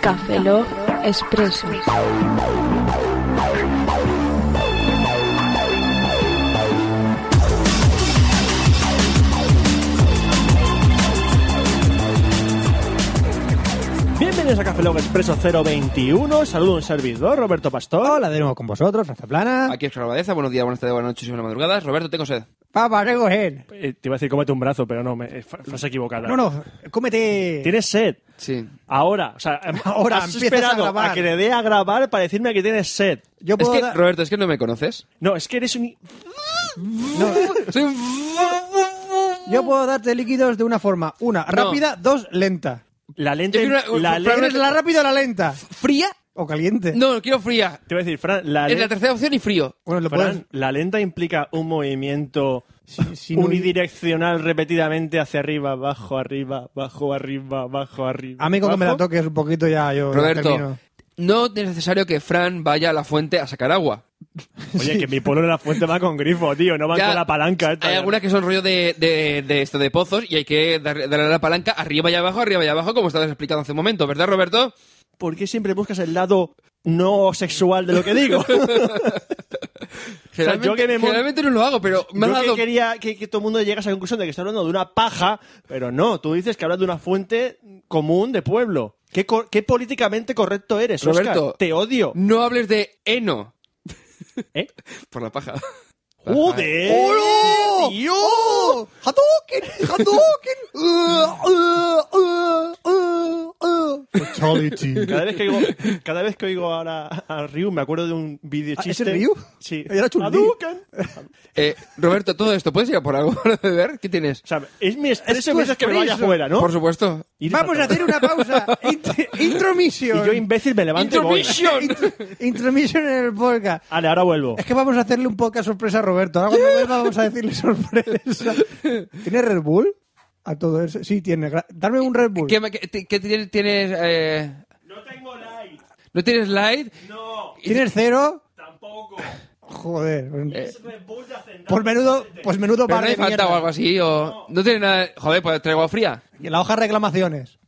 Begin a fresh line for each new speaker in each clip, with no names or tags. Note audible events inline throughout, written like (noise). Café Log Expreso.
Bienvenidos a Café Log Expreso 021. Saludo a un servidor, Roberto Pastor.
Hola de nuevo con vosotros, Franza Plana.
Aquí es Carlos Badeza, buenos días, buenas tardes, buenas noches y buenas madrugadas. Roberto, tengo sed.
Papá, recoger.
Eh, te iba a decir cómete un brazo, pero no, me, eh, fa- frase equivocada.
No, no, cómete.
Tienes sed.
Sí.
Ahora, o
(laughs)
sea, em-
Ahora
has
empiezas a
esperado
grabar.
que le dé a grabar para decirme que tienes sed.
Yo
Es
puedo.
que,
dar-
Roberto, es que no me conoces.
No, es que eres un. i-
no,
Soy un...
yo puedo darte líquidos de una forma: una, rápida, dos, lenta.
La lente.
Yo quiero
la
una- Fran,
lente-
¿Prefieres la rápida o la lenta?
¿Fría?
¿O caliente?
No, quiero fría.
Te iba a decir, Fran, la,
Es
len-
la tercera opción y frío.
Bueno, lo
Fran,
puedes.
la lenta implica un movimiento
(laughs)
si no-
unidireccional repetidamente hacia arriba, abajo, arriba, abajo, arriba, abajo, arriba.
Amigo, que me la
abajo.
toques un poquito ya. Yo
Pues
ya
Roberto, (laughs)
termino.
no es necesario que Fran vaya a la fuente a sacar agua.
Oye, que mi polo de la fuente va con grifo, tío, no va
Ya,
con la palanca. esta.
Hay algunas que son rollo de, de, de esto de pozos y hay que dar- darle a la palanca arriba y abajo, arriba y abajo, como estabas explicando hace un momento, ¿verdad, Roberto?
¿Por qué siempre buscas el lado no sexual de lo que (laughs) digo? sea,
Generalmente,
yo que me mon-
generalmente no lo hago, pero me
Yo
has
que
dado
quería que, que todo el mundo llegase a la conclusión de que está hablando de una paja, pero no, tú dices que hablas de una fuente común de pueblo. ¿Qué, co- qué políticamente correcto eres,
Roberto.
Óscar? Te odio.
No hables de heno. (laughs)
¿Eh?
Por la paja.
¡Joder!
¡Hola!
¡Tío!
¡Oh! ¡Hadouken! ¡Hadouken! Fatality.
Cada vez que oigo, cada vez que oigo ahora a Ryu me acuerdo de un video
¿Ah,
chiste.
¿es Ryu?
Sí.
Yo era Chun-Li.
Hadouken.
Eh, Roberto, todo esto, ¿puedes ir a por algo (laughs) para beber? ¿Qué tienes?
O sea, es mi expreso
tu
mientras que me vaya
expreso.
afuera, ¿no?
Por supuesto.
Ir
Vamos a hacer una pausa.
(laughs)
Int- Intromisión.
Y yo, imbécil, me levanto y voy.
¡Intermission!
Int- Intromisión en el podcast.
Vale, ahora vuelvo.
Es que vamos a hacerle un podcast sorpresa a Roberto. Ahora cuando vuelva vamos a decirle sorpresa. ¿Tiene Red Bull? A todo eso. Sí, tiene. Gra- Dame un Red Bull.
¿Qué, ma- qué- qué tienes? tienes, eh,
No tengo light.
¿No tienes light?
No,
¿Tienes cero?
tampoco.
Joder.
Eh,
Pues menudo, pues menudo
¿Pero
par
no
de
hay falta o
mierda.
algo así? O... ¿No tienes nada? Joder, pues traigo agua fría. (laughs)
Y la hoja de reclamaciones.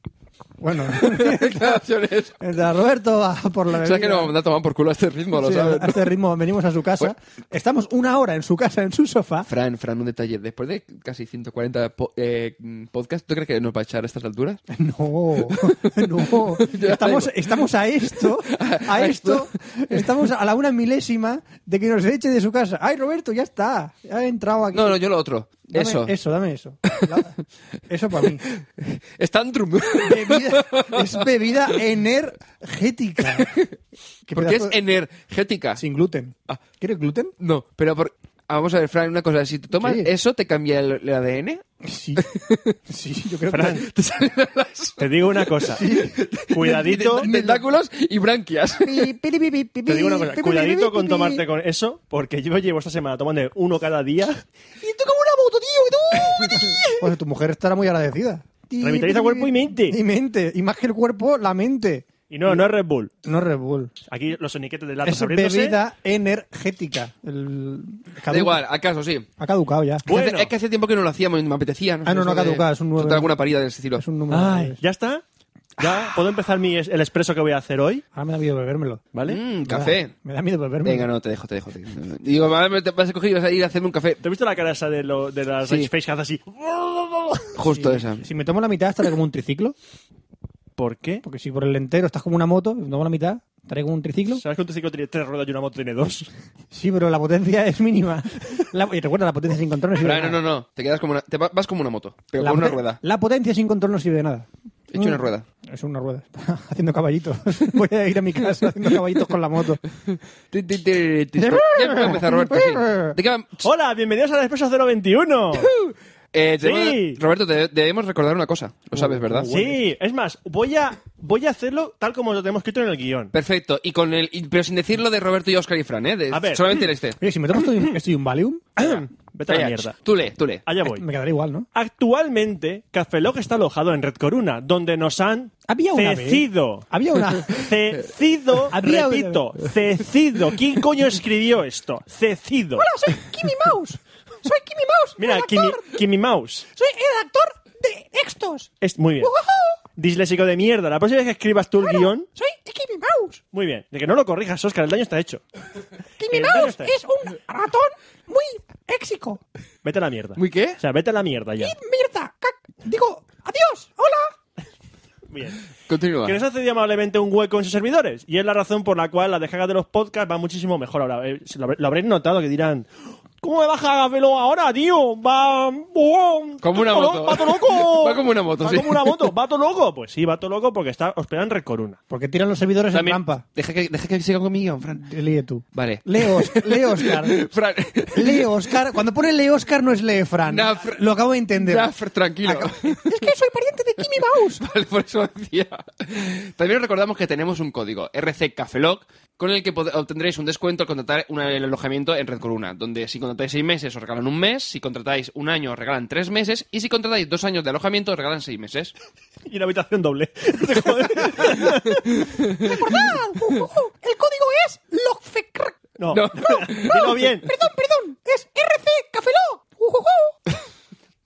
Bueno. (laughs)
Declaraciones.
Mientras Roberto va por la
O
bebida.
sea que nos vamos a tomar por culo a este ritmo, lo
Sí,
sabes. Pues-
a este ritmo venimos a su casa. Estamos una hora en su casa, en su sofá.
Fran, Fran, un detalle. Después de casi 140 po- eh, mm, podcasts, ¿tú crees que nos va a echar a
(laughs)
estas alturas?
No, no.
Ya
Estamos,
digo.
estamos a esto, a
A
esto. Estamos a la una milésima de que nos eche de su casa. ¡Ay, Roberto, ya está! Ya he entrado aquí.
No, no, yo lo otro.
Dame
eso.
Eso, dame eso. La- Eso para mí.
Es tantrum.
Bebida- es bebida energética. ¿Qué
Porque es
pedazo-
energética.
Sin gluten.
Ah.
¿Quieres gluten?
No, pero por- ah, vamos a ver, Fran, una cosa. Si te tomas
Sí.
eso, ¿te cambia el, el ADN?
Sí. Sí, yo creo
Fran,
que... (laughs)
Te salen alas,
(laughs) Te digo una cosa. Cuidadito.
te- tentáculos y branquias.
Te
Te
digo una cosa, cuidadito con tomarte con eso, porque yo llevo esta semana tomando uno cada día.
Y tú como una moto, (laughs) tío, y tú. Pues tu mujer estará muy agradecida.
Revitaliza cuerpo y mente.
Y mente. Y más que el cuerpo, la mente.
Y no, no es Red Bull.
No Red Bull.
Aquí los soniquetes de latas
Es
abriéndose.
bebida energética. El...
Da igual, acaso sí.
Ha caducado ya.
Bueno.
Es que hace- Es que hace tiempo que no lo hacíamos y me apetecía.
Ah, no,
Eso
no ha
de-
caducado, es un nueve.
total, alguna parida del estilo.
Es un número.
Ay, ¿ya está? ¿Ya puedo empezar mi, es- el expreso que voy a hacer hoy?
Ahora me da miedo bebérmelo.
¿Vale?
Mm,
Me da-
café.
Me da miedo bebérmelo.
Venga, no, te dejo, te dejo. te dejo. Digo, vale, me te vas a coger y vas a ir a hacerme un café.
¿Te has visto la cara esa de, lo, de las
Sí.
Rage Face que hace así?
Justo esa.
Si me tomo la mitad, estaré como un triciclo.
¿Por qué?
Porque si por el entero estás como una moto, me tomo la mitad, estaré como un triciclo.
¿Sabes que un triciclo tiene tres ruedas y una moto tiene
(laughs)
dos?
Sí, pero la potencia es mínima. La- y recuerda, la potencia sin control no sirve
Fran,
de
no,
nada.
no, no. Te quedas como una, te va- vas como una moto, pero
la
con una
poten-
rueda.
La potencia sin control no sirve de nada. Mm.
He hecho una rueda.
Es una rueda. (laughs) haciendo caballitos. Voy a ir a mi casa haciendo caballitos con la moto.
Ti, ti, ti, ti. Ya va a empezar, Roberto. sí. ¿De qué va-
¡Hola! ¡Bienvenidos al Expreso
(laughs)
021!
Eh, debemos-
Sí.
Roberto, te- debemos recordar una cosa.
Oh,
Lo sabes, ¿verdad?
Sí, es más, voy a, voy a hacerlo tal como lo tenemos escrito en el guión.
Perfecto. Y con el, y- pero sin decirlo de Roberto y Oscar y Fran, ¿eh? De-
A ver.
Solamente el este.
Oye, si me tomo esto de- esto y un Valium,
Vete a la
Venga,
mierda.
Tú lee, tú lee.
Allá voy.
me quedará igual, ¿no?
Actualmente, Cafelog está alojado en Red Coruna, donde nos han
Había una vez-
cecido.
Había una...
Cecido,
(laughs) Había una
repito, cecido. ¿Quién coño escribió esto? Cecido.
soy Kimi Mouse. Soy Kimi Mouse.
Mira, Kimi, Kimi Mouse.
Soy el actor de textos.
Es, muy bien. Disléxico de mierda. La próxima vez que escribas tú el guión.
Soy Timmy Mouse.
Muy bien. De que no lo corrijas, Oscar. El daño está hecho.
Timmy
El daño
Mouse
está
es
hecho.
un ratón muy éxico.
Vete a la mierda.
¿Muy qué?
O sea, vete a la mierda ya.
Y mierda. cac- Digo, adiós. Hola.
Bien.
Continúa.
Que nos ha cedido amablemente un hueco en sus servidores. Y es la razón por la cual la descarga de los podcasts va muchísimo mejor ahora. Eh, se lo, habré- lo habréis notado que dirán. ¿Cómo me baja Velo ahora, tío? Va. ¡Oh!
Como una
Va todo-
moto.
¡Va todo loco!
(laughs) Va como una moto,
Va
sí.
como una moto. ¿Va todo loco? Pues sí, va todo loco porque está hospedado en Red Corona.
Porque tiran los servidores
También-
en trampa.
Deja que, deja que siga con mi guión, Fran.
Lee tú.
Vale.
Lee, Os- lee Oscar.
(laughs) Fran.
Lee Oscar. Cuando pone Lee Oscar no es Lee Fran.
No, Fr-
Lo acabo de entender.
Ya, Fran, tranquilo.
Acabo-
Es que soy pariente de Timmy Mouse.
(laughs) Vale, por eso decía. También os recordamos que tenemos un código, RCCafelog, con el que pod- obtendréis un descuento al contratar un alojamiento en Red Corona, donde si contratáis seis meses os regalan un mes, si contratáis un año os regalan tres meses, y si contratáis dos años de alojamiento os regalan seis meses.
Y una habitación doble. (laughs) Joder.
Recordad. ju, ju, ju, El código es LOCFECR.
No.
No.
(laughs) Dilo bien.
Perdón, perdón. Es RC Cafeló. Ju, ju, ju.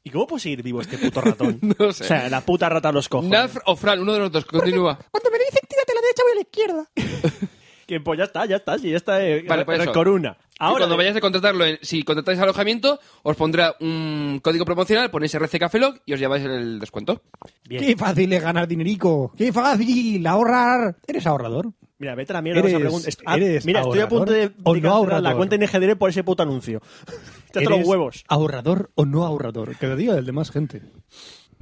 ¿Y cómo puede seguir vivo este puto ratón?
(laughs) No sé.
O sea, la puta rata a los cojones.
Naf o Fran, uno de los dos, continúa.
Cuando me dicen tírate a la derecha, voy a la izquierda.
Que pues ya está, ya está, sí, ya está eh,
Vale, por
Red
eso.
Corona.
Ahora,
Ahora,
cuando vayáis a contratarlo, en- si contratáis alojamiento, os pondrá un código promocional, ponéis RCCafelog y os lleváis el descuento.
Bien.
Qué fácil es ganar dinerico. Qué fácil ahorrar. Eres ahorrador.
Mira, vete a la mierda
Eres-
esa pregunta. Es- ah,
eres
mira, estoy a
ahorrador
punto de, de
o no
cancelar la
ahorrador.
cuenta NGDR por ese puto anuncio. (laughs) Te los
Eres
huevos.
¿Ahorrador o no ahorrador? Que lo diga el demás gente.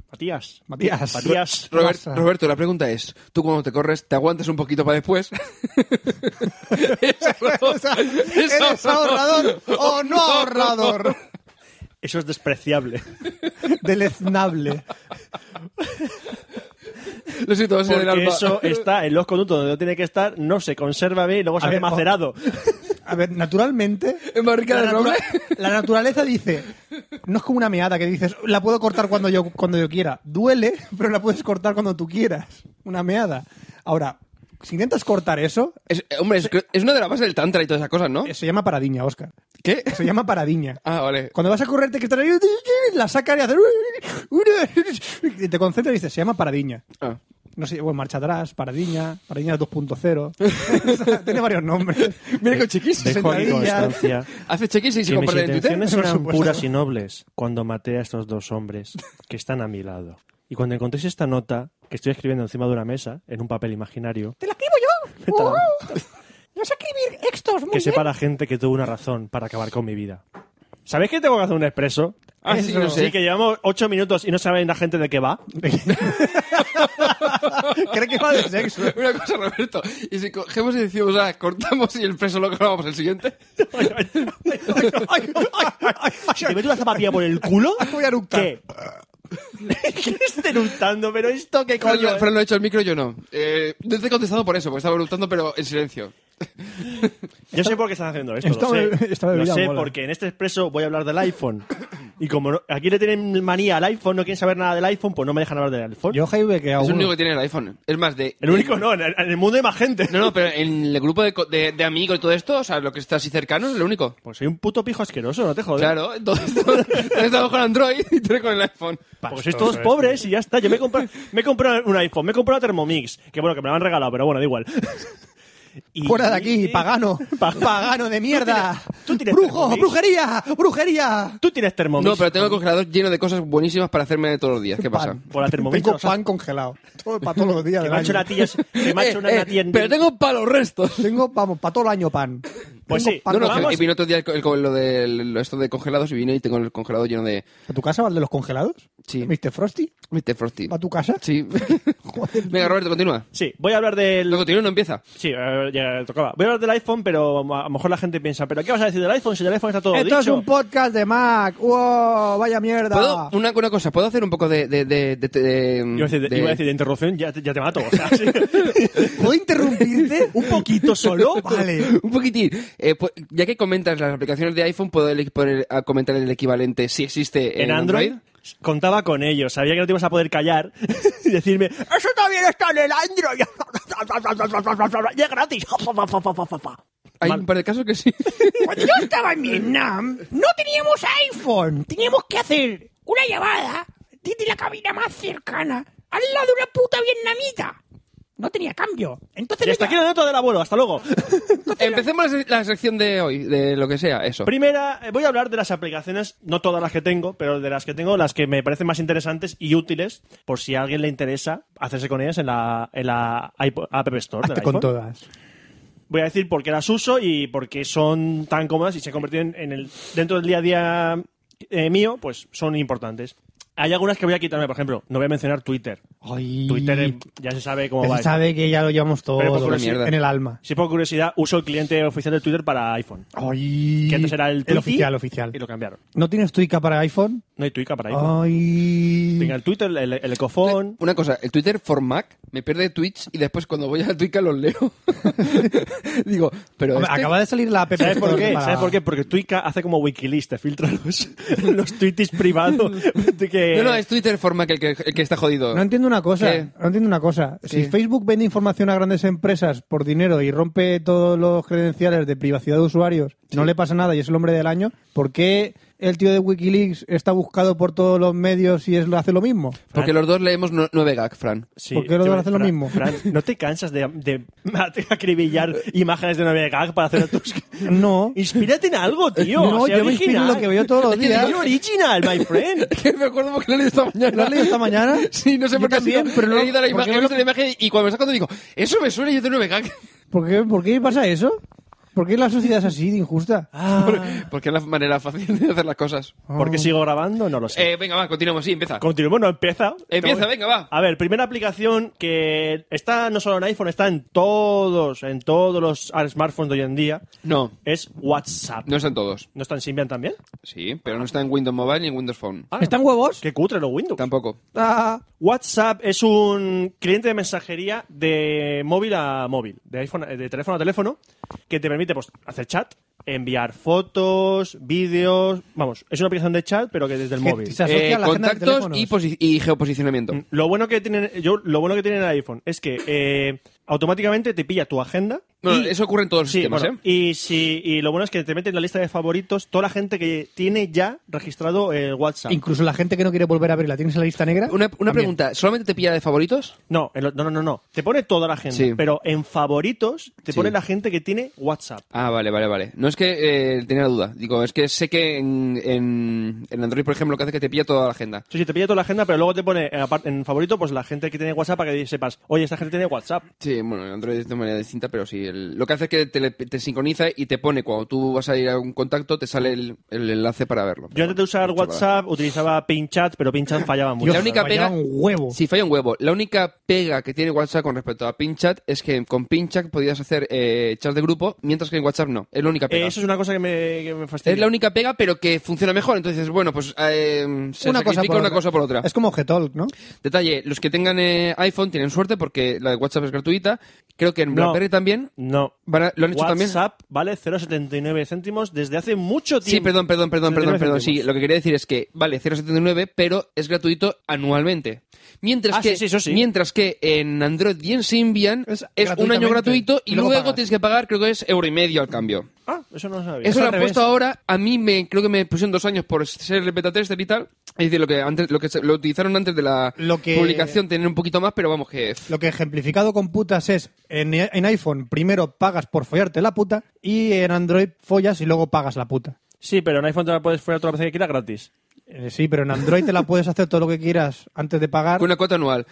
Matías.
Matías.
Matías.
Robert-
pasa?
Roberto, la pregunta es, ¿tú cuando te corres, te aguantas un poquito para después? (laughs) ¿Eres
¿Eres ahorrador o no ahorrador?
Eso es despreciable.
Deleznable.
Lo siento, va a ser del
Porque
alma. (laughs)
eso está en los conductos donde no tiene que estar, no se conserva bien y luego se hace
ver, o- (laughs)
macerado.
A ver, naturalmente.
¿En barrica
la
de roble?
la naturaleza dice. No es como una meada que dices, la puedo cortar cuando yo, cuando yo quiera. Duele, pero la puedes cortar cuando tú quieras. Una meada. Ahora, si intentas cortar eso,
(laughs) Es- eh, hombre, es, es una de las bases del tantra y todas esas cosas, ¿no?
se llama paradiña, Oscar.
¿Qué? (laughs)
Se llama paradiña.
Ah, vale.
Cuando vas a correrte, que estás ahí, la sacas y haces. Y te concentras y dices, se llama paradiña.
Ah.
No sé, bueno, marcha atrás, paradiña,
(laughs)
paradiña 2.0. (laughs) Tiene varios nombres.
Mira con chiquis.
Eh, Dejo aquí
sentadilla. (laughs)
(laughs)
constancia.
Hace chiquis y se
Que mis
comparte en (laughs) Twitter.
intenciones eran
supuesto.
puras y nobles cuando maté a estos dos hombres que están a mi lado. Y cuando encontréis esta nota que estoy escribiendo encima de una mesa, en un papel imaginario,
Te la escribo yo.
Vete a la-
Wow. No sé escribir textos muy
que
bien.
sepa la gente que tuve una razón para acabar con mi vida. ¿Sabéis que tengo que hacer un expreso?
Ah, sí,
Eso.
no sé.
Sí, que llevamos ocho minutos y no saben la gente de qué (laughs) va.
Cree que va de sexo.
Una cosa, Roberto. Y si cogemos y decimos, ah, cortamos y el preso lo grabamos el siguiente.
Si te meto una zapatilla por el culo,
Voy a eructar.
¿qué? ¿Qué estoy eructando? ¿Pero esto qué
(laughs) Fran,
coño?
lo-
es?
Fran lo ha hecho al micro, yo no. Eh, no te he contestado por eso, porque estaba preguntando, pero en silencio.
Yo sé por qué están haciendo esto.
Esta
lo sé,
be- esta bebida
Lo sé
mola.
porque en este expreso voy a hablar del iPhone. Y como no- aquí le tienen manía al iPhone, no quieren saber nada del iPhone, pues no me dejan hablar del iPhone.
Yo, Jaime, que
Es el
aún.
único que tiene el iPhone. Es más, de.
El único no, en el, en el mundo hay más gente.
No, no, pero en el grupo de, co- de, de amigos y todo esto, o sea, lo que está así cercano es lo único.
Pues soy un puto pijo asqueroso, no te jodas.
Claro, entonces (laughs) estamos con Android y tú con el iPhone.
Porque sois todos pobres y ya está. Yo me he comprado, me he comprado un iPhone, me he comprado una Thermomix, que bueno, que me la han regalado, pero bueno, da igual. Y-
Fuera de aquí,
y- (laughs)
pagano.
Pa-
Pagano de mierda.
tú este tienes
Brujo,
Thermomix.
brujería, brujería.
Tú tienes Thermomix.
No, pero tengo el congelador lleno de cosas buenísimas para hacerme todos los días. ¿Qué pasa?
Pan.
Por la Thermomix
Tengo
nos hace-
pan congelado. Todo, para todos los días.
Que
del
me ha hecho
año.
una tía, que me ha
Eh,
hecho una,
eh,
una tía en-
pero tengo para los restos.
Tengo, vamos, para todo el año pan.
Pues
Tengo
sí.
pan
No, no,
congelado.
que vino otro día el co- el co- lo de lo esto de congelados y vine y tengo el congelador lleno de
¿A tu casa va el de los congelados?
Sí.
¿Mr. Frosty?
Mr. Frosty.
¿Va a tu casa?
Sí. (laughs) Venga, Roberto, continúa.
Sí, voy a hablar del...
Lo continúa no empieza.
Sí, eh, ya tocaba. Voy a hablar del iPhone, pero a lo mejor la gente piensa, ¿pero qué vas a decir del iPhone si el iPhone está todo
Esto
dicho?
es un podcast de Mac. ¡Wow! ¡Vaya mierda!
¿Puedo, una, una cosa, ¿puedo hacer un poco de... de, de, de- de-
Iba a decir,
de-
iba a decir de interrupción, ya, te- ya te mato. o sea, sí. (laughs)
¿Puedo interrumpirte?
un poquito solo.
(laughs) Vale.
(laughs) Un poquitín. Eh, pues, ya que comentas las aplicaciones de iPhone, ¿puedo el- poner a comentar el equivalente si existe en,
En Android contaba con ello, sabía que no te ibas a poder callar (laughs) y decirme, "Ah, eso también está en el (laughs) Android. y es gratis.
Hay
Mal.
un par de casos
(laughs)
que sí.
Cuando yo estaba en Vietnam, no teníamos iPhone. Teníamos que hacer una llamada desde la cabina más cercana al lado de una puta vietnamita. No tenía cambio. Entonces
Y hasta aquí
ella-
la nota del abuelo, hasta luego.
Empecemos la, se- la sección de hoy, de lo que sea, eso.
Primera, eh, voy a hablar de las aplicaciones, no todas las que tengo, pero de las que tengo, las que me parecen más interesantes y útiles, por si a alguien le interesa hacerse con ellas en la, en la iPo- App Store. del
Hazte con
iPhone.
todas.
Voy a decir por qué las uso y por qué son tan cómodas y se convierten en el dentro del día a día eh, mío, pues son importantes. Hay algunas que voy a quitarme, por ejemplo, no voy a mencionar Twitter. Twitter eh, ya se sabe cómo
Él
va. esto.
sabe que ya lo llevamos todo
Pero por
una mierda.
en el alma.
Si por curiosidad uso el cliente oficial de Twitter para iPhone.
Ay.
Que antes era el Twitty
oficial,
Y
oficial. Ah.
lo cambiaron.
¿No tienes Tuica para iPhone?
No hay Twitter para iPhone.
Ay.
Tenga el Twitter, el, el ecofón.
Una cosa, el Twitter for Mac me pierde Twitch y después cuando voy a Twitch los leo. (laughs) Digo, pero
Hombre,
este-
Acaba de salir la app.
¿Sabes por
Store
qué?
para-
¿Sabes por qué? Porque Twika hace como Wikileaks, te filtra los, (laughs) los tweets privados. de que-
No, no, es Twitter for Mac el que, el que está jodido.
No entiendo una cosa.
¿Qué?
No entiendo una cosa. Si
¿Qué?
Facebook vende información a grandes empresas por dinero y rompe todos los credenciales de privacidad de usuarios, no le pasa nada y es el hombre del año, ¿por qué el tío de Wikileaks está buscado por todos los medios y es, lo- hace lo mismo?
Porque los dos leemos nue- nueve gag, Fran. (laughs)
Sí,
¿Por qué los
yo-
dos hacen lo
Fran-
mismo?
Fran, ¿no te cansas de, de (laughs) acribillar imágenes de 9 gag para hacer tus... (laughs)
No.
Inspírate en algo, tío.
no,
sé
yo me inspiro en
original.
lo que veo todos
(laughs)
los
Sé
días.
original, my friend.
Que me acuerdo porque lo he leído esta mañana.
¿Lo has leído esta mañana?
(laughs) Sí, no sé
Yo
por qué.
también,
sino
pero no-
he leído la
¿por
imagen,
qué
he visto
no-
la imagen y cuando me saco digo, eso me suena yo de nueve gag.
¿Por qué, ¿Por qué pasa eso? ¿Por qué la sociedad es así de injusta? Ah.
Porque es la manera fácil de hacer las cosas.
¿Por qué sigo grabando? No lo sé.
Eh, venga, va, continuamos. Sí, empieza.
Continuemos, no empieza.
Empieza, venga, va.
A ver, primera aplicación que está no solo en iPhone, está en todos, en todos los smartphones de hoy en día,
No,
es WhatsApp.
no están todos.
¿No está en Symbian también?
Sí, pero no está en Windows Mobile ni en Windows Phone.
¿Están huevos?
Qué cutre los Windows.
Tampoco.
Ah,
WhatsApp es un cliente de mensajería de móvil a móvil, de, iPhone, de teléfono a teléfono, que te permite pues, hacer chat, enviar fotos, vídeos. Vamos, es una aplicación de chat, pero que desde el
Que
móvil.
se asocia
Eh,
a la agenda de
contactos
teléfonos.
y, posi- y geoposicionamiento.
Lo bueno que tienen, yo, lo bueno que tiene el iPhone es que eh, automáticamente te pilla tu agenda.
Bueno,
y-
eso ocurre en todos los
Sí,
sistemas,
bueno,
¿eh?
y, si, y lo bueno es que te mete en la lista de favoritos toda la gente que tiene ya registrado el WhatsApp.
Incluso la gente que no quiere volver a abrirla. ¿Tienes en la lista negra?
Una, una
También.
pregunta, ¿solamente te pilla de favoritos?
No, en lo- no, no, no, no. Te pone toda la gente,
Sí.
pero en favoritos te
Sí.
pone la gente que tiene WhatsApp.
Ah, vale, vale, vale. No es que eh, tenía la duda. Digo, es que sé que en, en, en Android, por ejemplo, lo que hace es que te pilla toda la agenda.
Sí, sí, te pilla toda la agenda, pero luego te pone eh, apart- en favorito pues la gente que tiene WhatsApp para que sepas, oye, esta gente tiene WhatsApp.
Sí, bueno, en Android es de manera distinta, pero sí. el- lo que hace es que te, le- te sincroniza y te pone, cuando tú vas a ir a un contacto, te sale el, el enlace para verlo.
Yo antes de usar
Mucho
WhatsApp utilizaba PinChat, pero PinChat
(laughs)
fallaba mucho.
Dios,
La única
vaya
pega-
un huevo.
Sí, falla un huevo. La única pega que tiene WhatsApp con respecto a PinChat es que con PinChat podías hacer eh, chats de grupo, mientras que en WhatsApp no. Es la única
Eh,
pega.
eso es una cosa que me, que me fastidia.
Es la única pega, pero que funciona mejor. Entonces, bueno, pues eh, se sacrifica una cosa por otra.
Es como Getol, ¿no?
Detalle, los que tengan eh, iPhone tienen suerte porque la de WhatsApp es gratuita. Creo que
No.
en BlackBerry también.
No.
Van a- ¿Lo han hecho también?
WhatsApp vale 0,79 céntimos desde hace mucho tiempo.
Sí, perdón, perdón, perdón, perdón,
79
perdón. Sí,
céntimos.
lo que quería decir es que vale 0,79, pero es gratuito anualmente. Mientras
Ah,
que,
sí, sí, eso sí.
mientras que en Android y en Symbian
Es
es, un
gratuitamente.
año gratuito y
Y luego
luego,
pagas.
tienes que pagar, creo que es euro y medio al cambio.
Ah, eso no lo sabía.
Eso
al
lo han
revés.
puesto ahora. A mí me creo que me pusieron dos años por ser el beta tester y tal. Es decir, lo que antes, lo que se- lo utilizaron antes de la
Lo que-
publicación tenían un poquito más, pero vamos que
Lo que ejemplificado con putas es, en, en iPhone primero pagas por follarte la puta y en Android follas y luego pagas la puta.
Sí, pero en iPhone te la puedes fuera otra vez que quieras gratis.
Eh, sí, pero en Android te la puedes hacer todo lo que quieras antes de pagar
con una cuota anual.